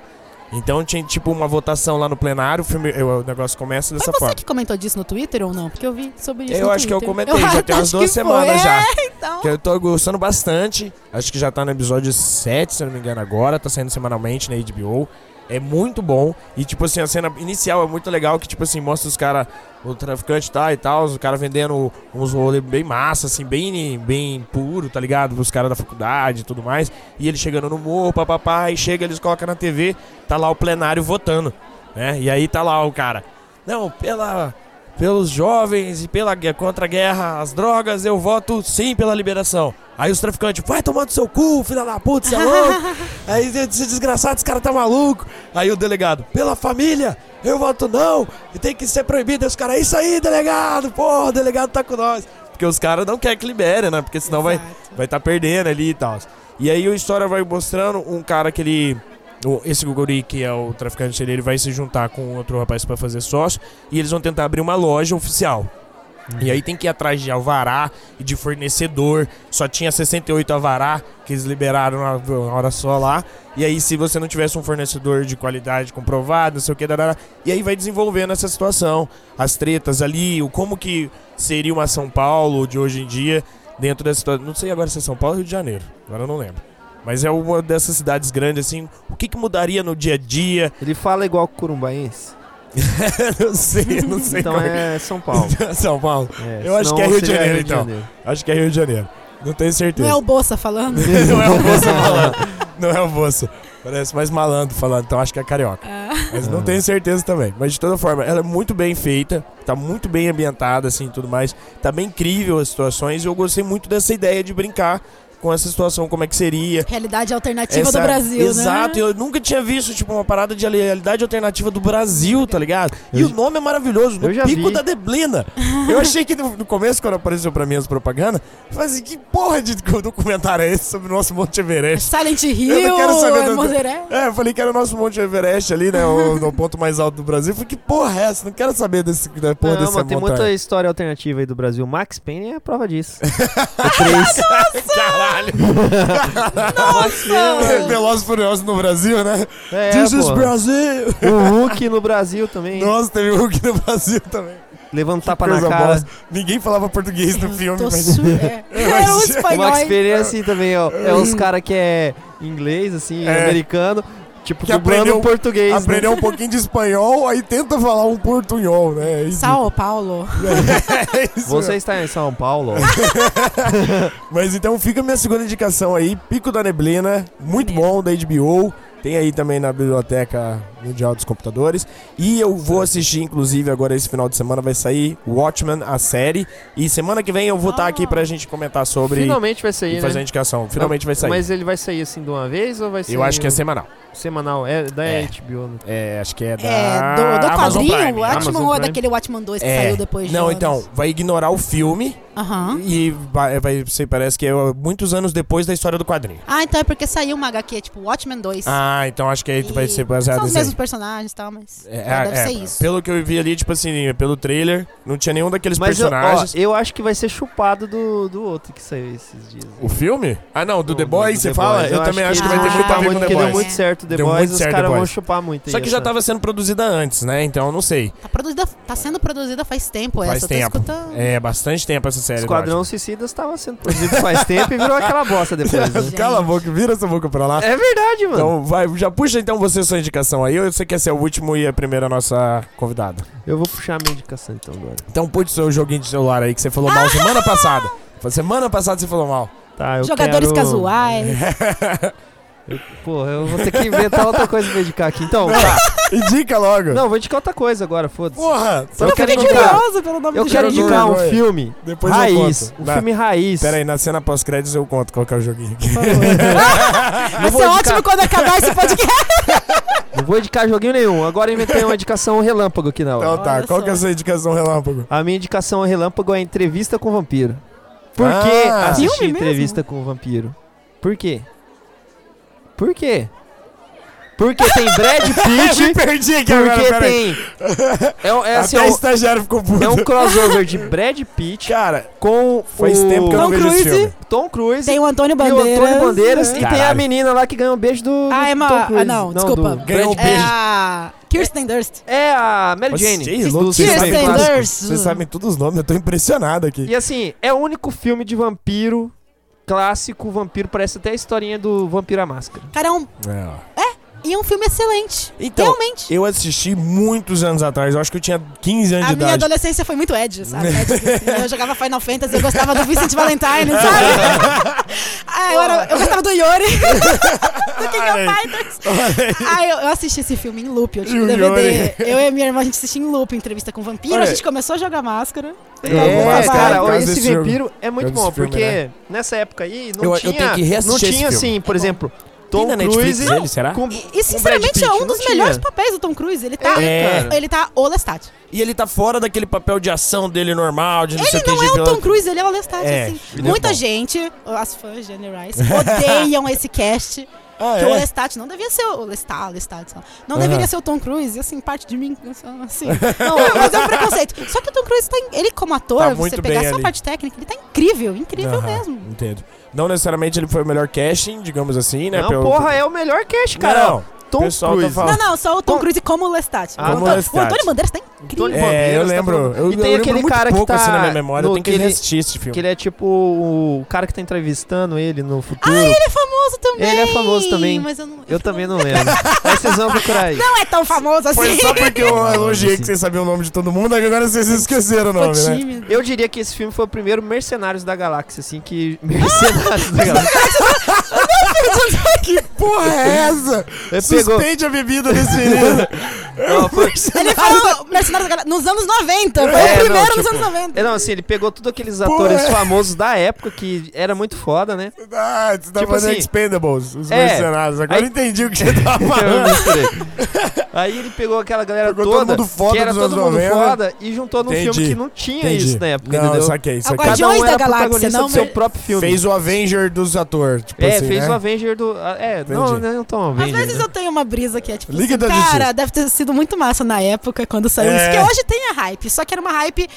Então tinha tipo uma votação lá no plenário, o, filme- eu- o negócio começa
Foi
dessa
você
forma.
que comentou disso no Twitter ou não? Porque eu vi sobre isso
Eu
no
acho que eu
Twitter.
comentei, já tem umas
acho
duas
que foi.
semanas já.
É, então.
Que eu tô gostando bastante. Acho que já tá no episódio 7, se eu não me engano, agora. Tá saindo semanalmente na HBO. É muito bom. E, tipo assim, a cena inicial é muito legal. Que, tipo assim, mostra os caras, o traficante tá e tal. Os caras vendendo uns rolê bem massa, assim, bem, bem puro, tá ligado? Os caras da faculdade e tudo mais. E ele chegando no morro, papapá. E chega, eles colocam na TV. Tá lá o plenário votando, né? E aí tá lá o cara. Não, pela pelos jovens e pela gue- contra a guerra às drogas, eu voto sim pela liberação. Aí os traficantes, vai tomando seu cu, filha da puta, você é louco. Aí esse desgraçado, esse cara tá maluco. Aí o delegado, pela família, eu voto não, e tem que ser proibido. Aí os caras, isso aí, delegado, porra, o delegado tá com nós. Porque os caras não querem que libere, né? Porque senão vai
Exato.
vai estar perdendo ali e tal. E aí a história vai mostrando um cara que ele. o- Esse guri que é o traficante ele, ele vai se juntar com outro rapaz pra fazer sócio e eles vão tentar abrir uma loja oficial. E aí tem que ir atrás de alvará e de fornecedor. Só tinha 68 alvará que eles liberaram na na hora só lá. E aí, se você não tivesse um fornecedor de qualidade comprovado, não sei o que, dará, e aí vai desenvolvendo essa situação. As tretas ali, o como que seria uma São Paulo de hoje em dia dentro dessa situação. Não sei agora se é São Paulo ou Rio de Janeiro, agora eu não lembro. Mas é uma dessas cidades grandes, assim. O que, que mudaria no dia a dia?
Ele fala igual curumbaense.
não sei, não sei.
Então
como
é São Paulo.
São Paulo.
É,
Eu acho
senão
que é Rio de
seria
Janeiro, então.
Janeiro.
Acho que é Rio de Janeiro. Não tenho
Não
certeza.
é o Bolsa falando?
Não é o moço falando. Não é o moço. Parece mais malandro falando, então acho que é carioca.
Ah.
Mas não tenho certeza também. Mas de toda forma, ela é muito bem feita, tá muito bem ambientada, assim, tudo mais. Tá bem incrível as situações e eu gostei muito dessa ideia de brincar com essa situação, como é que seria.
Realidade alternativa
Essa-
Tipo,
é
do Brasil,
Exato,
né?
eu nunca tinha visto, tipo, uma parada de realidade alternativa do Brasil, tá ligado? E o nome é maravilhoso, no
Eu já
Pico
vi.
da Deblina. Eu achei que no, no começo, quando apareceu pra mim as propagandas, eu falei assim, que porra de documentário é esse sobre o nosso Monte
É
Everest?
Silent Hill,
Eu não quero saber
é
do-
Monseré.
É, eu falei que era o nosso Monte Everest ali, né? O, no ponto mais alto do Brasil. Eu falei, que porra é essa? Não quero saber desse, da porra
Não,
desse
mas tem muita história alternativa aí do Brasil. Max Payne é a prova disso. É
Caralho!
Nossa!
Velozes e Furiosos no Brasil, né?
três. É,
This is
pô.
Brasil!
O Hulk no Brasil também.
Nossa, teve o Hulk no Brasil também.
Levando tapa na
Coisa
cara.
bosta. Ninguém falava português no filme,
Tô
mas...
su... é. é o
O
espanhol.
Max Payne é assim também, ó. É os caras que é inglês, assim,
É.
americano. Tipo,
Que
dublando
aprendeu-
o português. né?
Aprendeu um pouquinho de espanhol, aí tenta falar um portunhol, né? É isso.
São Paulo.
É isso
Você está em São Paulo?
Ah, Mas então fica a minha segunda indicação aí, Pico da Neblina, muito bom, da HBO. Tem aí também na Biblioteca Mundial dos Computadores. E eu vou assistir, inclusive, agora esse final de semana vai sair Watchmen, a série. E semana que vem eu vou estar
Ah.
aqui pra gente comentar sobre
Finalmente vai
e
sair,
fazer a
né?
indicação. Finalmente vai sair.
Mas ele vai sair assim de uma vez ou vai ser
eu acho que é semanal.
semanal? É da
É.
HBO, né?
É, acho que é da
É, do, do
Amazon
quadrinho,
Prime.
o Watchmen
Amazon
ou é
Prime.
daquele Watchmen 2 que
É.
saiu depois de
Não,
anos?
então, vai ignorar o filme
Aham.
e vai, vai ser, parece que é muitos anos depois da história do quadrinho.
Ah, então é porque saiu uma HQ, tipo Watchmen 2.
Ah, então acho que aí vai
E
ser baseado
São os
nisso aí.
mesmos personagens e tal, mas.
É,
É, deve
é,
ser isso.
Pelo que eu vi ali, tipo assim, pelo trailer, não tinha nenhum daqueles
Mas eu, ó,
personagens.
eu acho que vai ser chupado do, do outro que saiu esses dias.
O filme? Ah, não, do
Não,
The Boys, você
The
fala?
Boys.
Eu, também acho que vai
eles
ter
vão
muito a
chupar
ver com
tá muito,
The
porque
Boys.
Deu muito certo o The
Deu
Boys,
muito
os
certo The
caras vão
Boys.
chupar muito.
Só
aí
que já
essa-
tava sendo produzida antes, né? Então não sei.
Tá, produzida, tá sendo produzida faz tempo
Faz
essa,
tempo.
eu tô escutando.
É, bastante tempo essa série.
Esquadrão Suicidas tava sendo produzido faz tempo e virou aquela bosta
eu
depois,
acho.
né?
Cala a boca, vira essa boca pra lá.
É verdade, mano.
Então vai, já puxa então você sua indicação aí, ou você quer ser o último e a primeira nossa convidada?
Eu vou puxar a minha indicação então agora.
Então puxa o seu joguinho de celular aí que você falou
Ah!
mal semana passada. Semana passada você falou mal.
Tá, eu
Jogadores
quero-
casuais.
Porra, eu vou ter que inventar outra coisa pra indicar aqui. Então, tá.
Indica logo.
Não, vou indicar outra coisa agora, foda-se.
Porra,
Eu
Eu
quero
fiquei
indicar,
curiosa pelo nome
eu
do
quero
jogo.
indicar um
vergonha.
filme
depois
raiz.
eu
Um
conto. Na-
filme raiz.
Pera aí, na cena pós-créditos eu conto qual que é o joguinho. aqui.
Vai
vou
ser
indicar-
ótimo quando acabar esse podcast.
Não vou indicar joguinho nenhum. Agora eu inventei uma indicação relâmpago aqui na hora.
Então tá,
Olha
qual
só.
que é a sua indicação relâmpago?
A minha indicação relâmpago é entrevista com o vampiro. Por
Ah,
que assistir
filme mesmo?
entrevista com o vampiro? Por quê? Por quê? Porque tem Brad Pitt,
perdi aqui
porque tem. É, é assim,
Até
é
o
um-
estagiário ficou puto.
é um crossover de Brad Pitt
Cara,
com
faz
o
tempo que eu não
Tom
vejo esse
Cruise.
filme.
Tom Cruise
Tem o Antônio
e o
Bandeiras.
Antônio Bandeiras e tem a
Caralho.
menina lá que ganhou um beijo do, do
Ah, é uma-
Tom Cruise.
ah, não, desculpa.
do
Ganhou
Brad
um
Pitt.
É
beijo.
a Kirsten Dunst.
É a Mary
Vocês-
Jane.
vocês loucos,
Kirsten
vocês sabem quase-
Dunst.
Vocês sabem todos os nomes, eu tô impressionado aqui.
E assim, é o único filme de vampiro clássico, vampiro, parece até a historinha do Vampiro à Máscara.
Cara, é um,
É, ó.
e é um filme excelente.
um
Então,
Realmente.
eu assisti muitos anos atrás, eu acho que eu tinha 15 anos
A
de
minha
idade.
adolescência foi muito Edge, sabe? Edgy, assim. Eu jogava Final Fantasy, eu gostava do Vincent Valentine, sabe? ah, eu, era- eu gostava do Yori, do King
Olha aí.
of Fighters. Ah, eu, eu assisti esse filme em loop, eu
E
tinha
o
um
Yori?
DVD. Eu e minha irmã, a gente assistia em loop, entrevista com vampiro,
Olha
a
aí.
gente começou a jogar máscara.
Eu amo
É,
máscara,
cara,
eu gosto
esse
desse filme.
vampiro é muito
Eu gosto
bom,
desse
porque
filme, né?
nessa época aí não
Eu- eu
tinha,
tenho que reassistir
não
esse
tinha
filme.
Tá
assim, por exemplo,
Tem
Tom
na Netflix
Cruise
ele, será?
com
E, e, sinceramente,
Pitt,
é um
não
dos
tinha.
melhores papéis do Tom Cruise. Ele tá.
É,
cara.
Ele tá o Lestat.
E ele tá fora daquele papel de ação dele normal, de não sei
Ele
o que.
não
de
é o
vilão.
Tom Cruise, ele é o Lestat,
É,
assim.
ele é
Muita
bom.
gente, as fãs de Anne Rice, odeiam esse cast.
Ah,
que o
é?
Lestat não devia ser o Lestat, Lestat, sei lá. não
Aham.
deveria ser o Tom Cruise, e assim, parte de mim, assim, não, mas é um preconceito. Só que o Tom Cruise tá, em- ele como ator,
Tá
você
muito
pegar
bem
só a
ali.
parte técnica, ele tá incrível, incrível
Aham,
mesmo.
Entendo. Não necessariamente ele foi o melhor casting, digamos assim, né?
Não, porra, é o melhor cast, cara.
Não,
Tom
pessoal tá
Cruise.
falando-
Não, não, só o Tom
Bom-
Cruise como o Lestat.
Ah,
o,
como
Antônio-
Lestat.
o Antônio Bandeiras tá incrível.
Antônio
É, eu
Bandeiras, tá
lembro.
falando.
eu,
E tem
eu
aquele
lembro muito
cara que
pouco,
tá
assim, na minha memória.
no
Tem que
que ele-
assistir esse filme.
Que ele é tipo o cara que tá entrevistando ele no
Ah,
futuro.
ele é famoso também.
Ele é famoso também.
Mas eu, não,
Eu também não lembro. Aí vocês vão procurar aí.
Não é tão famoso assim.
Foi só porque eu elogiei que
Sim.
vocês sabiam o nome de todo mundo, aí agora vocês esqueceram o
Ficou
nome, né?
tímido.
Eu diria que esse filme foi o primeiro Mercenários da Galáxia, assim, que. Mercenários da Galáxia.
Que porra é essa?
Ele pegou.
Suspende a bebida desse menino.
Não, foi-
Ele falou Mercenários da Galáxia nos anos 90. Foi
É,
o
não,
primeiro nos
tipo,
anos 90.
É, Não, assim, ele pegou todos aqueles
Porra.
atores famosos da época, que era muito foda, né?
Ah, você tá
Tipo
fazendo
assim,
Expendables, os
é,
mercenários. Agora
aí-
eu entendi o que você tá tava
Eu
falando.
misturei. Aí ele pegou aquela galera
Pegou todo
toda,
mundo foda
que era
dos
todo
anos
mundo
90.
foda, e juntou num
Entendi.
filme que não tinha isso na época,
não,
entendeu?
saquei, saquei.
Agora-
Cada um
Guardiões
era
da Galáxia,
protagonista
não,
do seu
mas-
próprio filme.
Fez o Avenger dos atores, tipo
é,
assim,
fez
né?
o Avenger do... ah, É, não,
Entendi.
né, não tão
Às
Avenger,
vezes
né?
eu tenho uma brisa que é tipo
Liga
assim,
da DC.
cara, deve ter sido muito massa na época quando saiu
É.
isso, que hoje tem a hype, só que era uma hype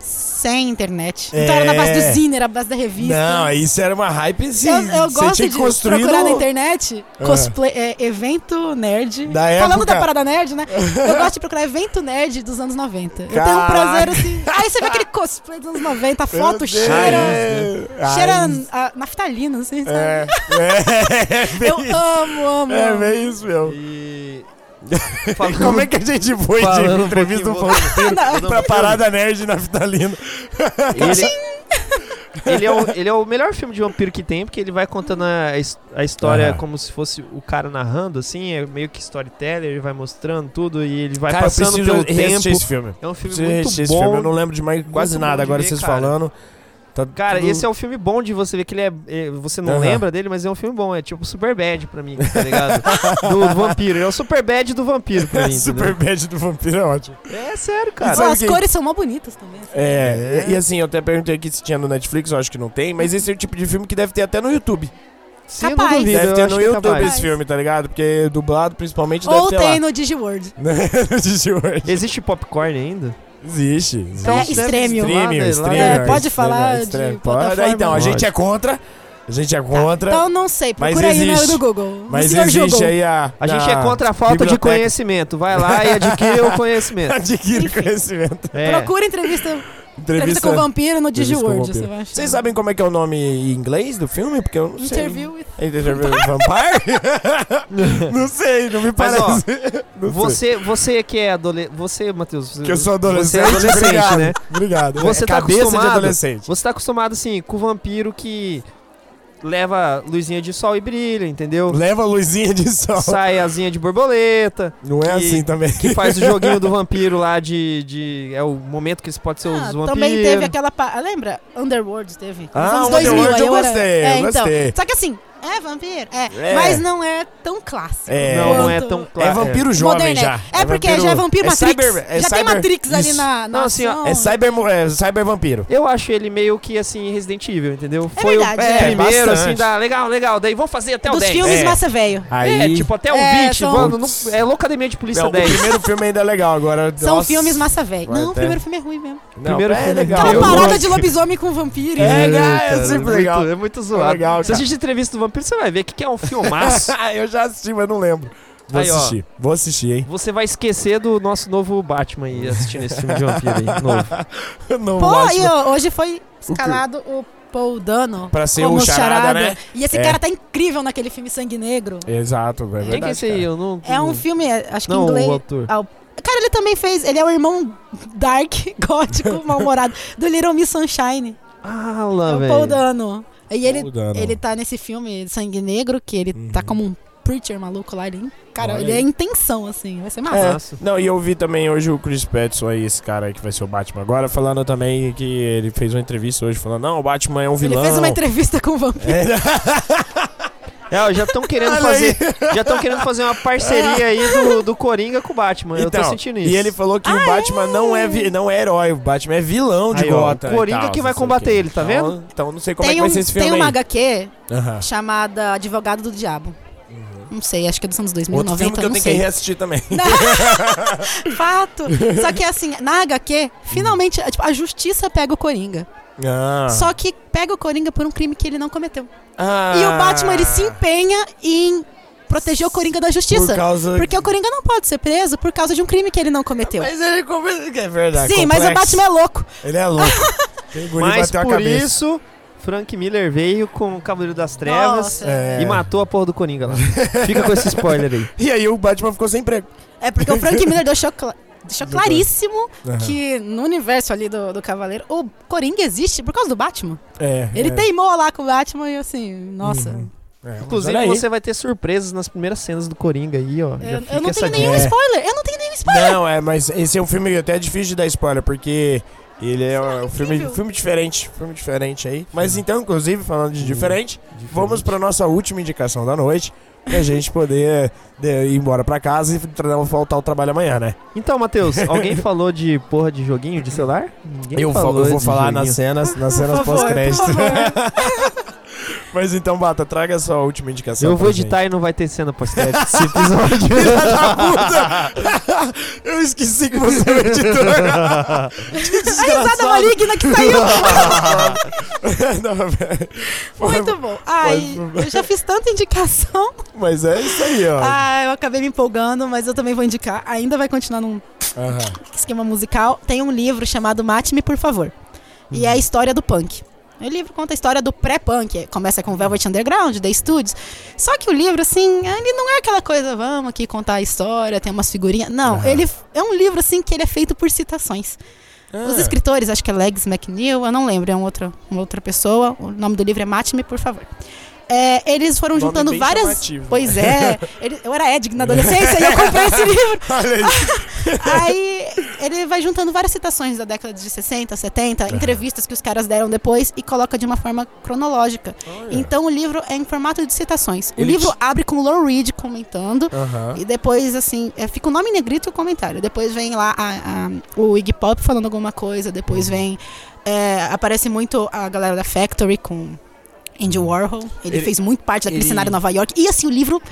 sem internet. Então era na base
É.
do ziner, a base da revista.
Não, isso era uma hype sim.
eu, eu
você
gosto
tinha
de
que construir
procurar na
no-
internet cosplay, é, evento nerd.
Da
Falando
época.
da parada nerd, né? Eu gosto de procurar evento nerd dos anos 90. Eu tenho um
Caraca.
prazer assim. Aí você vê aquele cosplay dos anos 90, a
Meu
foto,
Deus.
cheira.
Ai,
Cheira a naftalina, assim, sabe?
É, é, é bem
Eu amo, amo.
É
amo.
bem isso, meu.
E...
Como é que a gente foi
Falando
de
um
entrevista do
pouquinho,
Paulo Pinheiro
Não,
pra
não,
parada nerd na Vitalina?
Ele, é, ele, é o, ele é o melhor filme de vampiro que tem, porque ele vai contando a, his- a história
Aham.
como se fosse o cara narrando, assim, é meio que storyteller, ele vai mostrando tudo e ele vai
Cara, eu
passando
preciso
pelo
reassistir
tempo.
esse filme.
É um filme
Preciso
muito
reassistir esse
bom.
filme. Eu não lembro de mais quase
muito bom
nada
de
agora
ver,
vocês
cara.
falando. Tá
Cara,
tudo-
esse é um filme bom de você ver que ele é. é, Você não
Aham.
lembra dele, mas é um filme bom. É tipo Super Bad pra mim, tá ligado? do vampiro. Ele é o Super Bad do vampiro pra mim.
Super
Super...
Bad do Vampiro é ótimo.
É sério,
Ó,
cara.
Sabe
as
quem-
cores são mó bonitas também. assim.
É, e, e assim, eu até perguntei aqui se tinha no Netflix, eu acho que não tem, mas esse é o tipo de filme que deve ter até no YouTube.
Sim, eu
capaz.
não duvido.
Deve
eu
ter
acho
no
que é
YouTube
capaz.
esse filme, tá ligado? Porque dublado principalmente
Ou
deve ter
tem
lá.
no DigiWorld.
No Discord.
Existe popcorn ainda?
Existe.
É,
existe.
extrêmio.
Lá,
Streaming,
né,
streaming.
lá,
É, pode
streaming,
falar de
streaming.
plataforma.
Pode. Então, a
Pode.
gente é contra. A gente é contra.
Então não sei,
Mas
procura aí
existe.
no do Google. O
mas
senhor
existe
Google.
aí a.
A gente é contra a falta de
Ah, biblioteca.
conhecimento. Vai lá e adquire o conhecimento.
Adquire conhecimento.
É.
Procura entrevista, entrevista com o vampiro no
entrevista com o
DigiWorld,
vampiro.
você vai achar.
Vocês sabem como é que é o nome em inglês do filme? Porque eu não sei.
Interview with...
Interview Vampire? não sei, não me
Mas,
parece.
ó,
Não sei.
É. Você, você que é adolescente. Você, Matheus.
Que eu sou
Você
adolescente.
é adolescente,
obrigado,
né?
Obrigado.
Você
É,
tá
Cabeça de
acostumado.
adolescente.
Você tá acostumado, assim, com o vampiro que leva luzinha de sol e brilha, entendeu?
Leva a luzinha de sol.
Sai asinha de borboleta.
Não é
que-
assim também.
Que faz o joguinho do vampiro lá de. de é o momento que eles podem ser os
Ah,
vampiros.
também teve aquela... pa- Ah, Lembra? Underworld teve. Nos
Ah,
anos
o
2000,
Underworld
aí
eu
era-
gostei,
É,
eu
então.
gostei.
Só que assim, é vampiro, é.
É.
Mas não é tão clássico.
É.
Não, não é
quanto-
tão claro.
É vampiro jovem
Moderno, é.
já.
É, porque
vampiro-
já é vampiro Matrix.
cyber- é
já
cyber-
tem Matrix ali
isso.
na, na
Não, assim, ó,
ação.
É cyber, é cyber vampiro.
Eu acho ele meio que assim, Resident Evil, entendeu?
É
Foi
verdade,
o
é.
primeiro,
Bastante.
assim, da legal, legal. Daí vamos fazer até o
Dos
10.
filmes
É.
massa velho.
Aí...
É, tipo, até o
É,
20,
são-
mano. não- é Loucademia de Polícia
Não, o
10.
primeiro filme ainda é legal, agora...
São
nossa.
filmes massa velho.
Vai
Não, o
até-
primeiro filme é ruim mesmo.
Não,
Primeiro
é
filme legal.
legal.
Aquela
eu
parada
gosto.
de lobisomem com vampiro.
É,
cara,
cara, é sempre
muito-
legal.
É muito zoado.
legal,
Se você
cara.
assistir entrevista do vampiro, você vai ver que que é um filmaço.
eu já assisti, mas não lembro. Vou
Aí, ó.
assistir. Vou assistir, hein?
Você vai esquecer do nosso novo Batman aí, assistindo esse filme de vampiro aí, novo.
não
Pô,
acho.
e ó, hoje foi escalado o Paul Dano.
Pra ser
como
o charada, né?
E esse
É.
cara tá incrível naquele filme Sangue Negro.
Exato, é
Quem que é
verdade,
esse aí? Eu não...
É um filme, é, acho que em
Não,
inglês.
o autor.
Ah, o- Cara, ele também fez. Ele é o irmão dark, gótico, mal-humorado, do Little Miss Sunshine.
Ah,
É
lá,
o
velho.
Paul Dano. E ele,
Paul Dano.
ele tá nesse filme Sangue Negro, que ele tá como um preacher maluco lá. Ele, cara,
Uhum. Olha
ele
aí.
é intenção, assim. Vai ser massa.
É.
Massa.
Não, e eu vi também hoje o Chris Pattinson aí, esse cara aí que vai ser o Batman agora, falando também que ele fez uma entrevista hoje falando, não, o Batman é um
Ele
vilão. É,
fez uma entrevista com o vampiro.
É, ó, já estão querendo
Olha
fazer, já estão querendo fazer uma parceria aí do, do Coringa com o Batman. eu tô
Então,
sentindo isso.
E ele falou que o Batman não é vi- não é herói, o Batman é vilão de
Aí, ó,
gota.
o Coringa que vai combater ele, tá
então, Então não sei como é
tem
que
um,
vai ser esse filme
tem uma
aí.
HQ
Aham.
chamada Advogado do Diabo. Não sei, acho que é dos anos 2000,
Uhum. Outro
90,
filme que eu
não
tenho que
sei.
reassistir também.
Fato. Só que assim, na
Uhum.
HQ, finalmente, tipo, a justiça pega o Coringa.
Ah.
Só que pega o Coringa por um crime que ele não cometeu.
Ah.
E o Batman, ele se empenha em proteger o Coringa da
Por
justiça.
causa...
Porque o Coringa não pode ser preso por causa de um crime que ele não cometeu.
Mas ele... come- É verdade,
Sim, mas o
complexo.
Batman é louco.
Ele é louco. Tem guri
Mas
bateu a
por
cabeça.
isso, Frank Miller veio com o Cavaleiro das Trevas
Nossa.
É. Então,
e matou a porra do Coringa lá. Fica com esse spoiler aí.
E aí o Batman ficou sem emprego.
É porque o Frank Miller deixou, cla- deixou claríssimo
Aham.
que no universo ali do, do Cavaleiro, o Coringa existe por causa do Batman.
É.
Ele
é.
teimou lá com o Batman e assim, nossa.
Uhum. É, mas olha
Inclusive,
aí. É,
você vai ter surpresas nas primeiras cenas do Coringa aí, ó. Já
Eu,
fica
eu não
essa
tenho
dica.
nenhum
dica.
spoiler. Eu não tenho nenhum spoiler.
Não, é, mas esse é um filme que até difícil de dar spoiler, porque ele é um, um filme,
incrível.
filme diferente. Filme diferente aí. Mas então, inclusive, falando de diferente, vamos pra nossa última indicação da noite. Pra gente poder é, ir embora pra casa e tra- não faltar o trabalho amanhã, né?
Então, Matheus, alguém falou de porra de joguinho de celular? Ninguém
Eu, fa-
falou
eu vou
de
falar
joguinho.
nas cenas, nas cenas
Por favor,
pós-crédito.
por
Mas então, Bata, traga a sua última indicação.
Eu vou
pra tá gente.
editar e não vai ter cena pós-crédito. Esse episódio.
Filha da puta! Eu esqueci que você é o editor. Que
A risada
desgraçado.
maligna que saiu.
Não, velho.
Muito bom. Ai, eu já fiz tanta indicação.
Mas é isso aí, ó.
Ah, eu acabei me empolgando, mas eu também vou indicar. Ainda vai continuar num
Aham.
esquema musical. Tem um livro chamado Mate-me, por favor. E é a história do punk. O livro conta a história do pré-punk. Começa com Velvet Underground, The Studios. Só que o livro, assim, ele não é aquela coisa, vamos aqui contar a história, tem umas figurinhas. Não,
Aham.
ele é um livro, assim, que ele é feito por citações.
Ah.
Os escritores, acho que é Legs McNeil, eu não lembro, é um outro, uma outra pessoa. O nome do livro é Mate-me, por favor. É, eles foram
Nome
juntando
bem
várias.
chamativo. né?
Pois é. Ele- eu era Edg na adolescência e eu comprei esse livro.
Olha aí.
Aí ele vai juntando várias citações da década de 60, 70, entrevistas que os caras deram depois e coloca de uma forma cronológica. Então o livro é em formato de citações. O
Ele
livro
te-
abre com o Lou Reed comentando.
Aham.
E depois, assim, é, fica o nome em negrito e o comentário. Depois vem lá a- a- o Iggy Pop falando alguma coisa. Depois vem. é, aparece muito a galera da Factory com Andy Warhol. Ele,
Ele-
fez muito parte daquele
ele-
cenário em Nova York. E assim, o livro.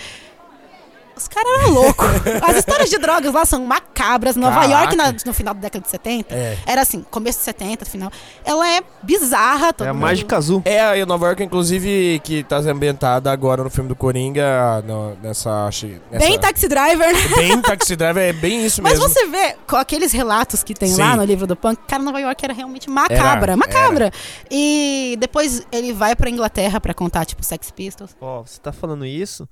Os caras eram loucos. As histórias de drogas lá são macabras. Nova
Caraca.
York, na- no final da década de 70,
É.
era assim, começo de 70, final. Ela é bizarra. todo
É a
mundo-
mágica azul.
É, aí Nova York, inclusive, que tá ambientada agora no filme do Coringa, ah, no- nessa, acho- nessa...
Bem taxi driver, né?
Bem Taxi Driver, é bem isso
Mas
mesmo.
você vê, com aqueles relatos que tem lá
Sim.
no livro do Punk, cara, Nova York era realmente macabra,
Era,
macabra. E depois ele vai pra Inglaterra pra contar, tipo, Sex Pistols.
Ó, você tá falando isso,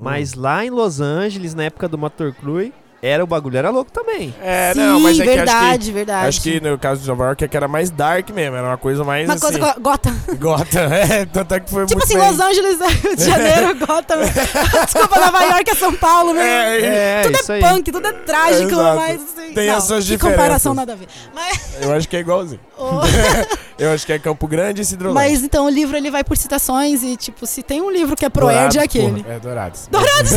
Hum.
mas lá em Los Angeles, na época do Motorclube, era o bagulho era louco também.
É,
Sim,
não, mas é que acho que-
verdade, verdade.
Acho que no caso de Nova York é que era mais dark mesmo, era uma coisa mais
Uma
assim,
coisa coisa Gotham.
Gotham, é, tanto é que foi
Tipo
muito
assim,
bem.
Los Angeles, Rio de Janeiro, Gotham. Desculpa, Nova York é São Paulo, meu.
É,
É,
tudo
isso
é
aí.
punk, tudo é trágico,
Exato.
mas assim,
Tem
não,
as suas
que comparação
diferenças.
nada a ver. Mas,
Eu acho que é igualzinho.
o-
Eu acho que é Campo Grande e Cidrolândia.
mas então o livro ele vai por citações e tipo, se tem um livro que é pro Erd
Dourados,
é aquele.
porra, É Dourados.
Dourados!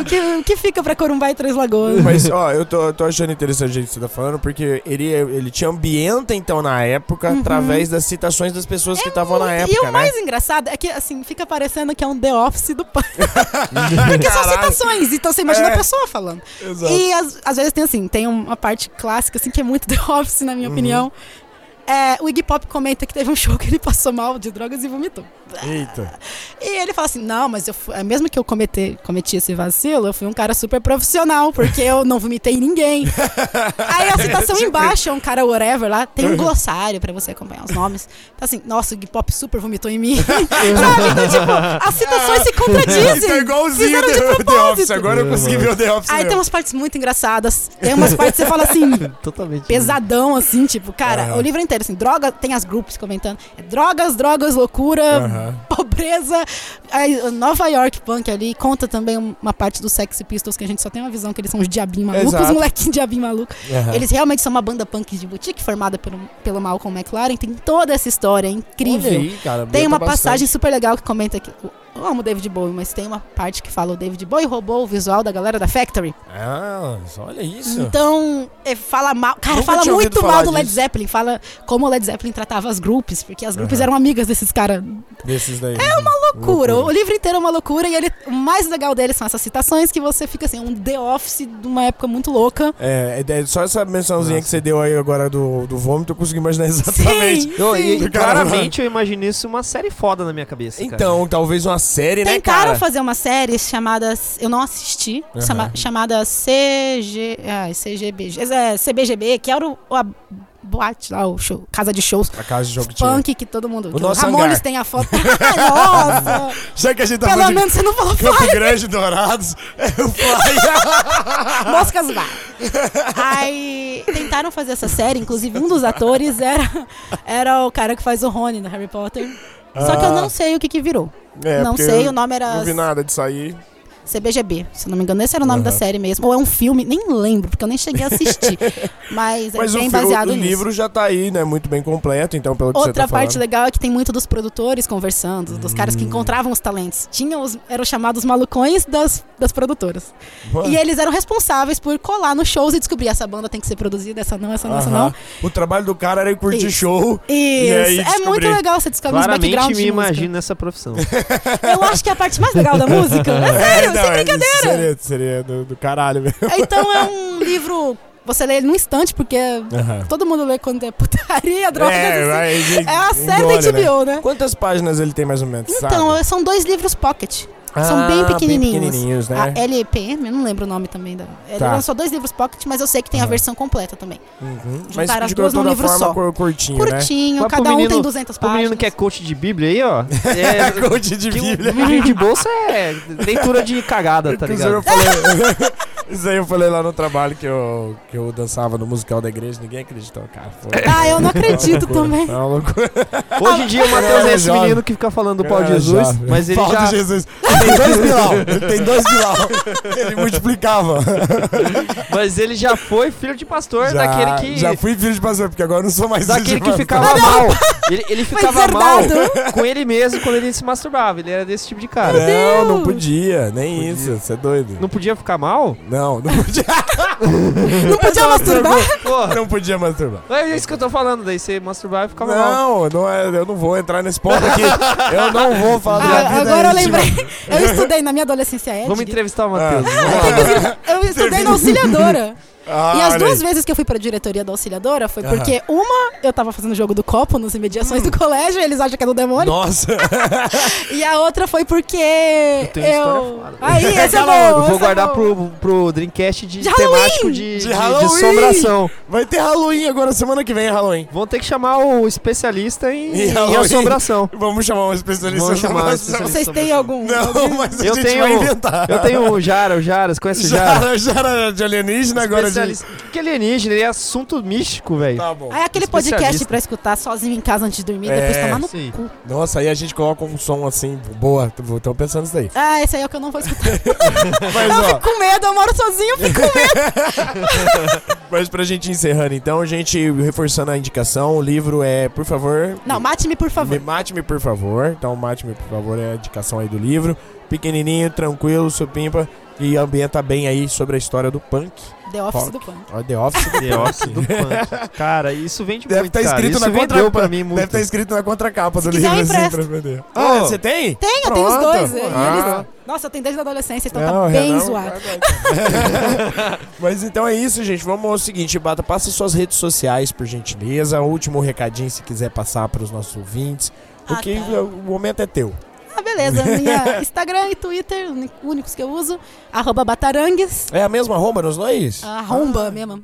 o, que, o que fica pra Corumbá e Três Lagoas?
Mas, ó, eu tô, eu tô achando interessante o jeito que você tá falando, porque ele, é, ele te ambienta, então, na época, através das citações das pessoas que estavam na época,
Uhum. É e o
né?
mais engraçado é que, assim, fica parecendo que é um The Office do pai. Porque são
Caralho.
citações, então você imagina
É.
a pessoa falando.
Exato.
E às, às vezes tem, assim, tem uma parte clássica, assim, que é muito The Office, na
Uhum.
minha opinião. É, o Iggy Pop comenta que teve um show que ele passou mal de drogas e vomitou.
Eita.
E ele fala assim: não, mas eu fu- é, mesmo que eu comete, cometi esse vacilo, eu fui um cara super profissional, porque eu não vomitei ninguém. Aí a citação embaixo, é um cara whatever lá, tem um glossário pra você acompanhar os nomes. Tá assim, nossa, o Iggy Pop super vomitou em mim. Sabe? Então, tipo, as citações se
Isso é
contradizem.
igualzinho
Fizeram de
The, The
propósito.
Office. Agora eu
É,
consegui ver o The Office.
Aí tem
mesmo.
umas partes muito engraçadas, tem umas partes que você fala assim,
Totalmente.
pesadão, assim, tipo, cara,
Aham.
o livro é inteiro, assim, droga, tem as grupos comentando, é drogas, drogas, loucura,
Aham.
pobreza, aí, Nova York punk ali, conta também uma parte do Sex Pistols, que a gente só tem uma visão que eles são os diabinhos malucos,
Exato. Tá.
os molequinhos diabinhos malucos.
Aham.
Eles realmente são uma banda punk de boutique, formada pelo, pelo Malcolm McLaren, tem toda essa história, é incrível.
Olha aí, cara,
Tem
ambienta
uma
bastante.
passagem super legal que comenta que o- eu amo o David Bowie, mas tem uma parte que fala o David Bowie roubou o visual da galera da Factory.
Ah, olha isso.
Então, é, fala mal. Cara,
Nunca
fala
tinha ouvido
muito
falar
mal do Led
disso.
Zeppelin. Fala como o Led Zeppelin tratava as grupos, porque as grupos
Aham.
eram amigas desses caras.
Desses daí. É uma
Loucura. O livro inteiro é uma loucura, e ele, o mais legal dele são essas citações que você fica assim, um The Office de uma época muito louca.
É, é- é só essa mençãozinha
Nossa.
que você deu aí agora do, do vômito, eu consegui imaginar exatamente.
Sim,
Eu- e-
sim.
e claramente eu imagino isso uma série foda na minha cabeça. cara.
Então, talvez uma série, né,
Tentaram
cara?
fazer uma série chamada. Eu não assisti.
Aham.
chama- chamada CG. Ai, CGB. É, CBGB, que era o, a boate lá, o show, casa de shows.
A casa de jogo que tinha.
Punk que todo mundo. que
nosso
Ramones
hangar.
tem a foto. Nossa!
Já que a gente tá
Pelo
falando de
menos você não falou
Campo Grande Dourados, é o Fly.
Moscas Bar. Aí tentaram fazer essa série, inclusive um dos atores era, era o cara que faz o Rony no Harry Potter. Só que eu não sei o que, que virou.
Ah. É,
não
porque
sei,
eu
o nome era
Não vi nada de sair.
CBGB, se eu não me engano, esse era o nome
Aham.
da série mesmo. Ou é um filme, nem lembro, porque eu nem cheguei a assistir. Mas é
Mas o,
bem
fi-
baseado
o
nisso.
livro já tá aí, né? Muito bem completo, então, pelo que você
Outra
tá
parte
falando. Hum.
legal é que tem muito dos produtores conversando, dos caras que encontravam os talentos. Tinham os, eram chamados malucões das, das produtoras.
Mano,
E eles eram responsáveis por colar nos shows e descobrir essa banda tem que ser produzida, essa não, essa não, essa
aham.
não.
O trabalho do cara era ir curtir
Isso.
show. E aí
Isso. É
descobri.
muito legal você descobrir os
Claramente
backgrounds
me
de música.
imagino nessa profissão.
Eu acho que é a parte mais legal da música. É sério,
não,
sem
é-
brincadeira.
Seria, seria do, do caralho mesmo.
Então é um livro. Você lê ele num instante, porque
Aham.
todo mundo lê quando é putaria, drogas. assim.
vai, gente,
É a
engole,
série da HBO, né?
Quantas páginas ele tem mais ou menos?
Então,
sabe?
são dois livros pocket.
Ah,
são bem pequenininhos. Ah,
pequenininhos, né?
A LPM, eu não lembro o nome também da. Ele
Tá.
lançou dois livros pocket, mas eu sei que tem a
Aham.
versão completa também.
Uhum. Mas
Juntaram é. as
de
duas num
toda
livro
forma,
só.
cur- curtinho, né?
Curtinho,
Mas pro
cada um tem
menino-
200
o
páginas.
menino que é coach de Bíblia aí, ó. É,
Coach de
que o
Bíblia.
livrinho de bolsa é leitura de cagada, tá
Isso aí eu
ligado?
falei- Isso aí eu falei lá no trabalho que eu, que eu dançava no musical da igreja, ninguém acreditou, cara. Foi.
Ah, eu não acredito
é- Loucura.
também.
É uma loucura.
Hoje em dia o Matheus é esse
Jovem.
menino que fica falando do pau de
Cara,
Jesus,
jovem.
mas ele
É, Pau
já...
de Jesus. Ele tem dois bilhão. Ele tem dois bilhão. Ele multiplicava.
Mas ele já foi filho de pastor, daquele
já,
que.
já fui filho de pastor, porque agora eu não sou mais filho
Daquele
de
que
pastor.
ficava mal. Ele, ele ficava mal
herdado.
com ele mesmo quando ele se masturbava. Ele era desse tipo de cara.
Não, não
Deus.
podia. Nem isso. Você é doido.
Não podia ficar mal?
Não, não podia.
Não podia masturbar?
Porra.
Não podia masturbar.
Mas é isso que eu tô falando, daí você masturbar e ficava mal.
Não, não é- eu não vou entrar nesse ponto aqui. Eu não vou falar da minha
Ah,
vida
agora eu
íntima.
lembrei. Eu estudei na minha adolescência Ed.
Vamos entrevistar o Matheus.
Ah.
Vamos lá.
Eu estudei na auxiliadora.
Ah,
E as
olha
duas
aí.
vezes que eu fui pra diretoria da auxiliadora foi
Aham.
porque uma, eu tava fazendo jogo do copo nas imediações do colégio, eles acham que é do demônio.
Nossa,
E a outra foi porque eu.
tenho história foda.
Aí, esse é
Calma,
bom.
Eu
esse
vou
é
guardar
bom.
pro, pro Dreamcast de,
De
temático
Halloween!
de,
De
de, de
Halloween!
assombração.
vai ter Halloween agora, semana que vem é Halloween.
Vão ter que chamar o especialista em,
Em
em
Halloween.
assombração.
Vamos chamar um especialista.
Vamos chamar um
Não,
especialista.
Vocês têm algum.
Não, mas a
Eu
gente
tenho-
vai inventar.
Eu tenho o Jara, o Jara, você conhece o Jara?
Já, já era de alienígena, agora de...
Especialista. Que alienígena, ele é assunto místico, velho.
Tá bom.
Aí aquele podcast
Especialista.
pra escutar sozinho em casa antes de dormir, depois
É,
tomar no
sim.
cu.
Nossa, aí a gente coloca um som assim, boa, tô pensando nisso daí.
Ah, esse aí é o que eu não vou escutar.
Mas,
eu
ó,
fico com medo, eu moro sozinho, eu fico.
mas pra gente encerrando então, a gente reforçando a indicação, o livro é, por favor,
Não, mate-me, por
Me
favor.
Mate-me, por favor. Então, Mate-me, por favor, é a indicação aí do livro. Pequenininho, tranquilo, supimpa. E ambienta bem aí sobre a história do punk.
The Office do Punk.
Ó, The Office.
The Office do punk. É, Cara, isso vende
Deve
muito,
tá
cara.
escrito
Isso
na
vendeu
contrapa-
pra mim muito.
Deve tá estar escrito na contracapa do
quiser,
livro,
eu
assim,
empresto.
pra vender. Ah,
Ô.
você tem?
Tem, eu tenho os
Pronto.
dois. e
Ah.
eles- Nossa, eu tenho desde a adolescência, então
Não,
tá bem
Renan,
zoado.
guarda. Mas então é isso, gente. Vamos ao seguinte, Bata, passa suas redes sociais, por gentileza. Último recadinho, se quiser passar para os nossos ouvintes. o
Ah,
que
tá.
o momento é teu.
Ah, beleza. Minha Instagram e Twitter, uni- únicos que eu uso. Arroba Batarangues.
É a mesma arroba nos dois? Ah.
Arromba mesmo.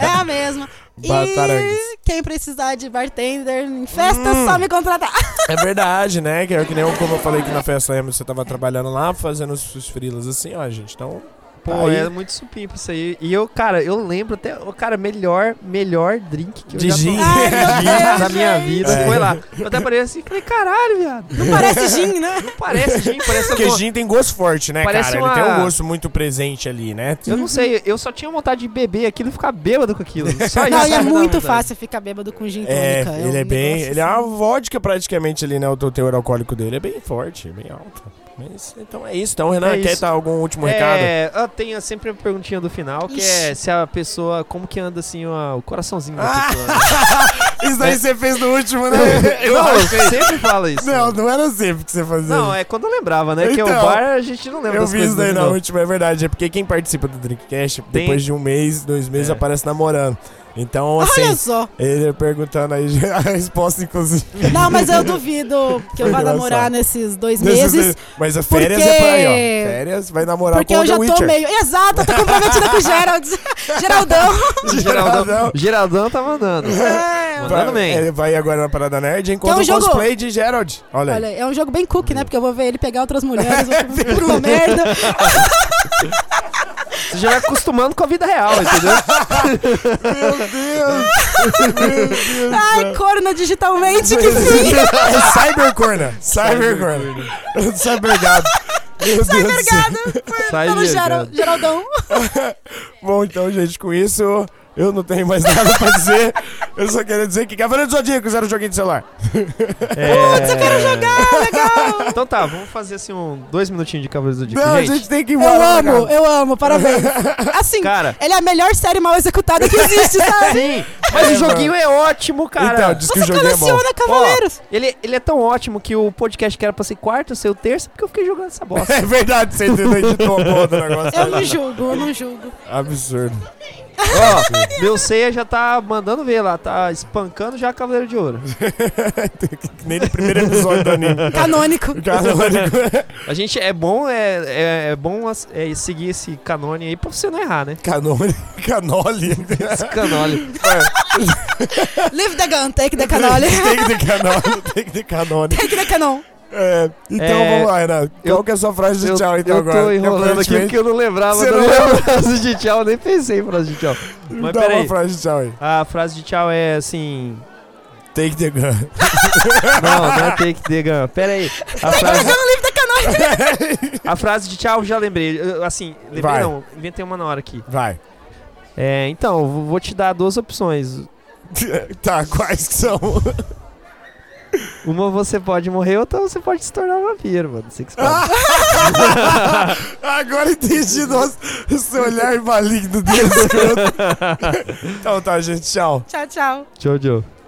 é a mesma.
Batarangues. Hum.
E quem precisar de bartender em festa, só me contratar.
É verdade, né? Que é que nem eu, como eu falei que na festa lembra, você tava trabalhando lá, fazendo os, os frilas assim, ó, gente. Então,
Pô,
Aí-
é muito supimpa isso aí. E eu, cara, eu lembro até. o Cara, melhor, melhor drink que eu
De
já
gin. Ah,
tomei
Ai, meu Deus,
na minha
gente.
vida.
É.
Foi lá. Eu até parei assim, falei, caralho, viado.
Não parece gin, né?
Não parece gin, parece
Porque
alguma-
gin tem gosto forte, né,
Parece
cara?
uma-
Ele tem um gosto muito presente ali, né?
Eu não sei, eu só tinha vontade de beber aquilo e ficar bêbado com aquilo. Só isso.
Não,
que
e
dá
é muito
vontade.
fácil ficar bêbado com gin
É,
tônica.
ele
um
é bem.
negócio
Ele é uma
assim.
vodka praticamente ali, né? O teu teor alcoólico dele é bem forte, bem alto. Mas, então é isso. Então, Renan,
É
quer
isso.
dar algum último recado?
É, eu tenho sempre a perguntinha do final, que é se a pessoa, como que anda assim ó, o coraçãozinho da
Ah!
pessoa.
Isso daí você fez no último, né?
não, eu sempre falo isso.
Não, não era sempre que você fazia.
Não, é quando eu lembrava, né? que o
Então,
bar a gente não lembra
Eu
das
vi
coisas
isso daí
muito,
na
não.
última, é verdade. É porque quem participa do Drinkcast,
Tem-
depois de um mês, dois meses,
É.
aparece namorando. Então,
Ah, Olha
assim,
só.
ele perguntando aí a resposta, inclusive.
Não, mas eu duvido que eu vá
Engraçado.
namorar nesses dois
Nesses
meses.
dois- Mas a férias é
porque-
pra aí, ó. Férias vai namorar
Porque
com
eu
o
já
The
tô
Witcher.
meio. Exato, eu tô comprometida com o Gerald. Geraldão.
Geraldão, Geraldão tá mandando.
É,
Mandando
Vai,
bem.
ele vai agora na Parada Nerd e
é
encontra
um
o
jogo-
cosplay de Gerald. Olha, aí.
Olha, é um jogo bem cookie, né? Porque eu vou ver ele pegar outras mulheres,
É
vou vou- uma merda.
Você já vai acostumando com a vida real, entendeu?
É, Ai, corna digitalmente, que fim!
É Cybercorna. Cybercorna. Cybergado. Meu Deus do céu.
Obrigada por-
Sai
pelo Geral,
ligado.
Geraldão.
Bom, então, gente, com isso, eu não tenho mais nada pra dizer. Eu só quero dizer que Cavaleiro dos Zodíacos era um joguinho de celular. É.
Putz, eu quero
jogar, legal!
É. Então tá, vamos fazer assim um dois minutinhos de Cavaleiros do Zodíaco.
Não, a
Tipo, gente,
gente tem que né? ir
Eu
embora.
amo, eu amo, parabéns. Assim,
Cara.
ele é a melhor série mal executada que existe, sabe?
Sim, mas
É,
o joguinho é ótimo, cara.
Então, diz que o
Você
joguinho é bom.
coleciona cavaleiros.
Ele, ele é tão ótimo que o podcast que era pra ser quarta, saiu terça, porque eu fiquei jogando essa bosta.
É verdade, você entendeu? Editou a porra do negócio.
Eu não julgo, eu não julgo.
Absurdo.
Ó, meu ceia já tá mandando ver lá, tá espancando já a Cavaleiro de Ouro.
Que Nem no primeiro episódio do anime.
Canônico.
Canônico.
A gente é bom, é, é, é bom as- é, seguir esse canone aí pra você não errar, né?
Canone. Canole.
Esse canole.
Leave the gun, take the canole.
Tem que ter canone. Tem que ter canone.
take the canon.
É, então
É,
vamos lá, Renato.
eu-
Qual que é a sua frase de
Eu,
tchau, então,
eu
agora?
tô enrolando aqui porque eu não lembrava
Você
da
não
minha
lembra? Então,
frase de tchau, nem pensei em frase de tchau.
eu...
Mas
Dá uma
peraí,
frase de tchau aí.
a frase de tchau é assim...
Take the gun.
Não, não é take the gun. Pera aí. A
Take the
frase,
gun, leave the canole.
a frase de tchau eu já lembrei. Eu, assim, lembrei
Vai.
não, inventei uma na hora aqui.
Vai.
É, então, eu vou- vou te dar duas opções.
Tá, quais que são?
Uma você pode morrer, outra você pode se tornar um vampiro, mano. Você que escolhe.
Agora entendi nossa, esse olhar maligno desse. então tá, gente. Tchau.
Tchau, tchau.
Tchau, tchau.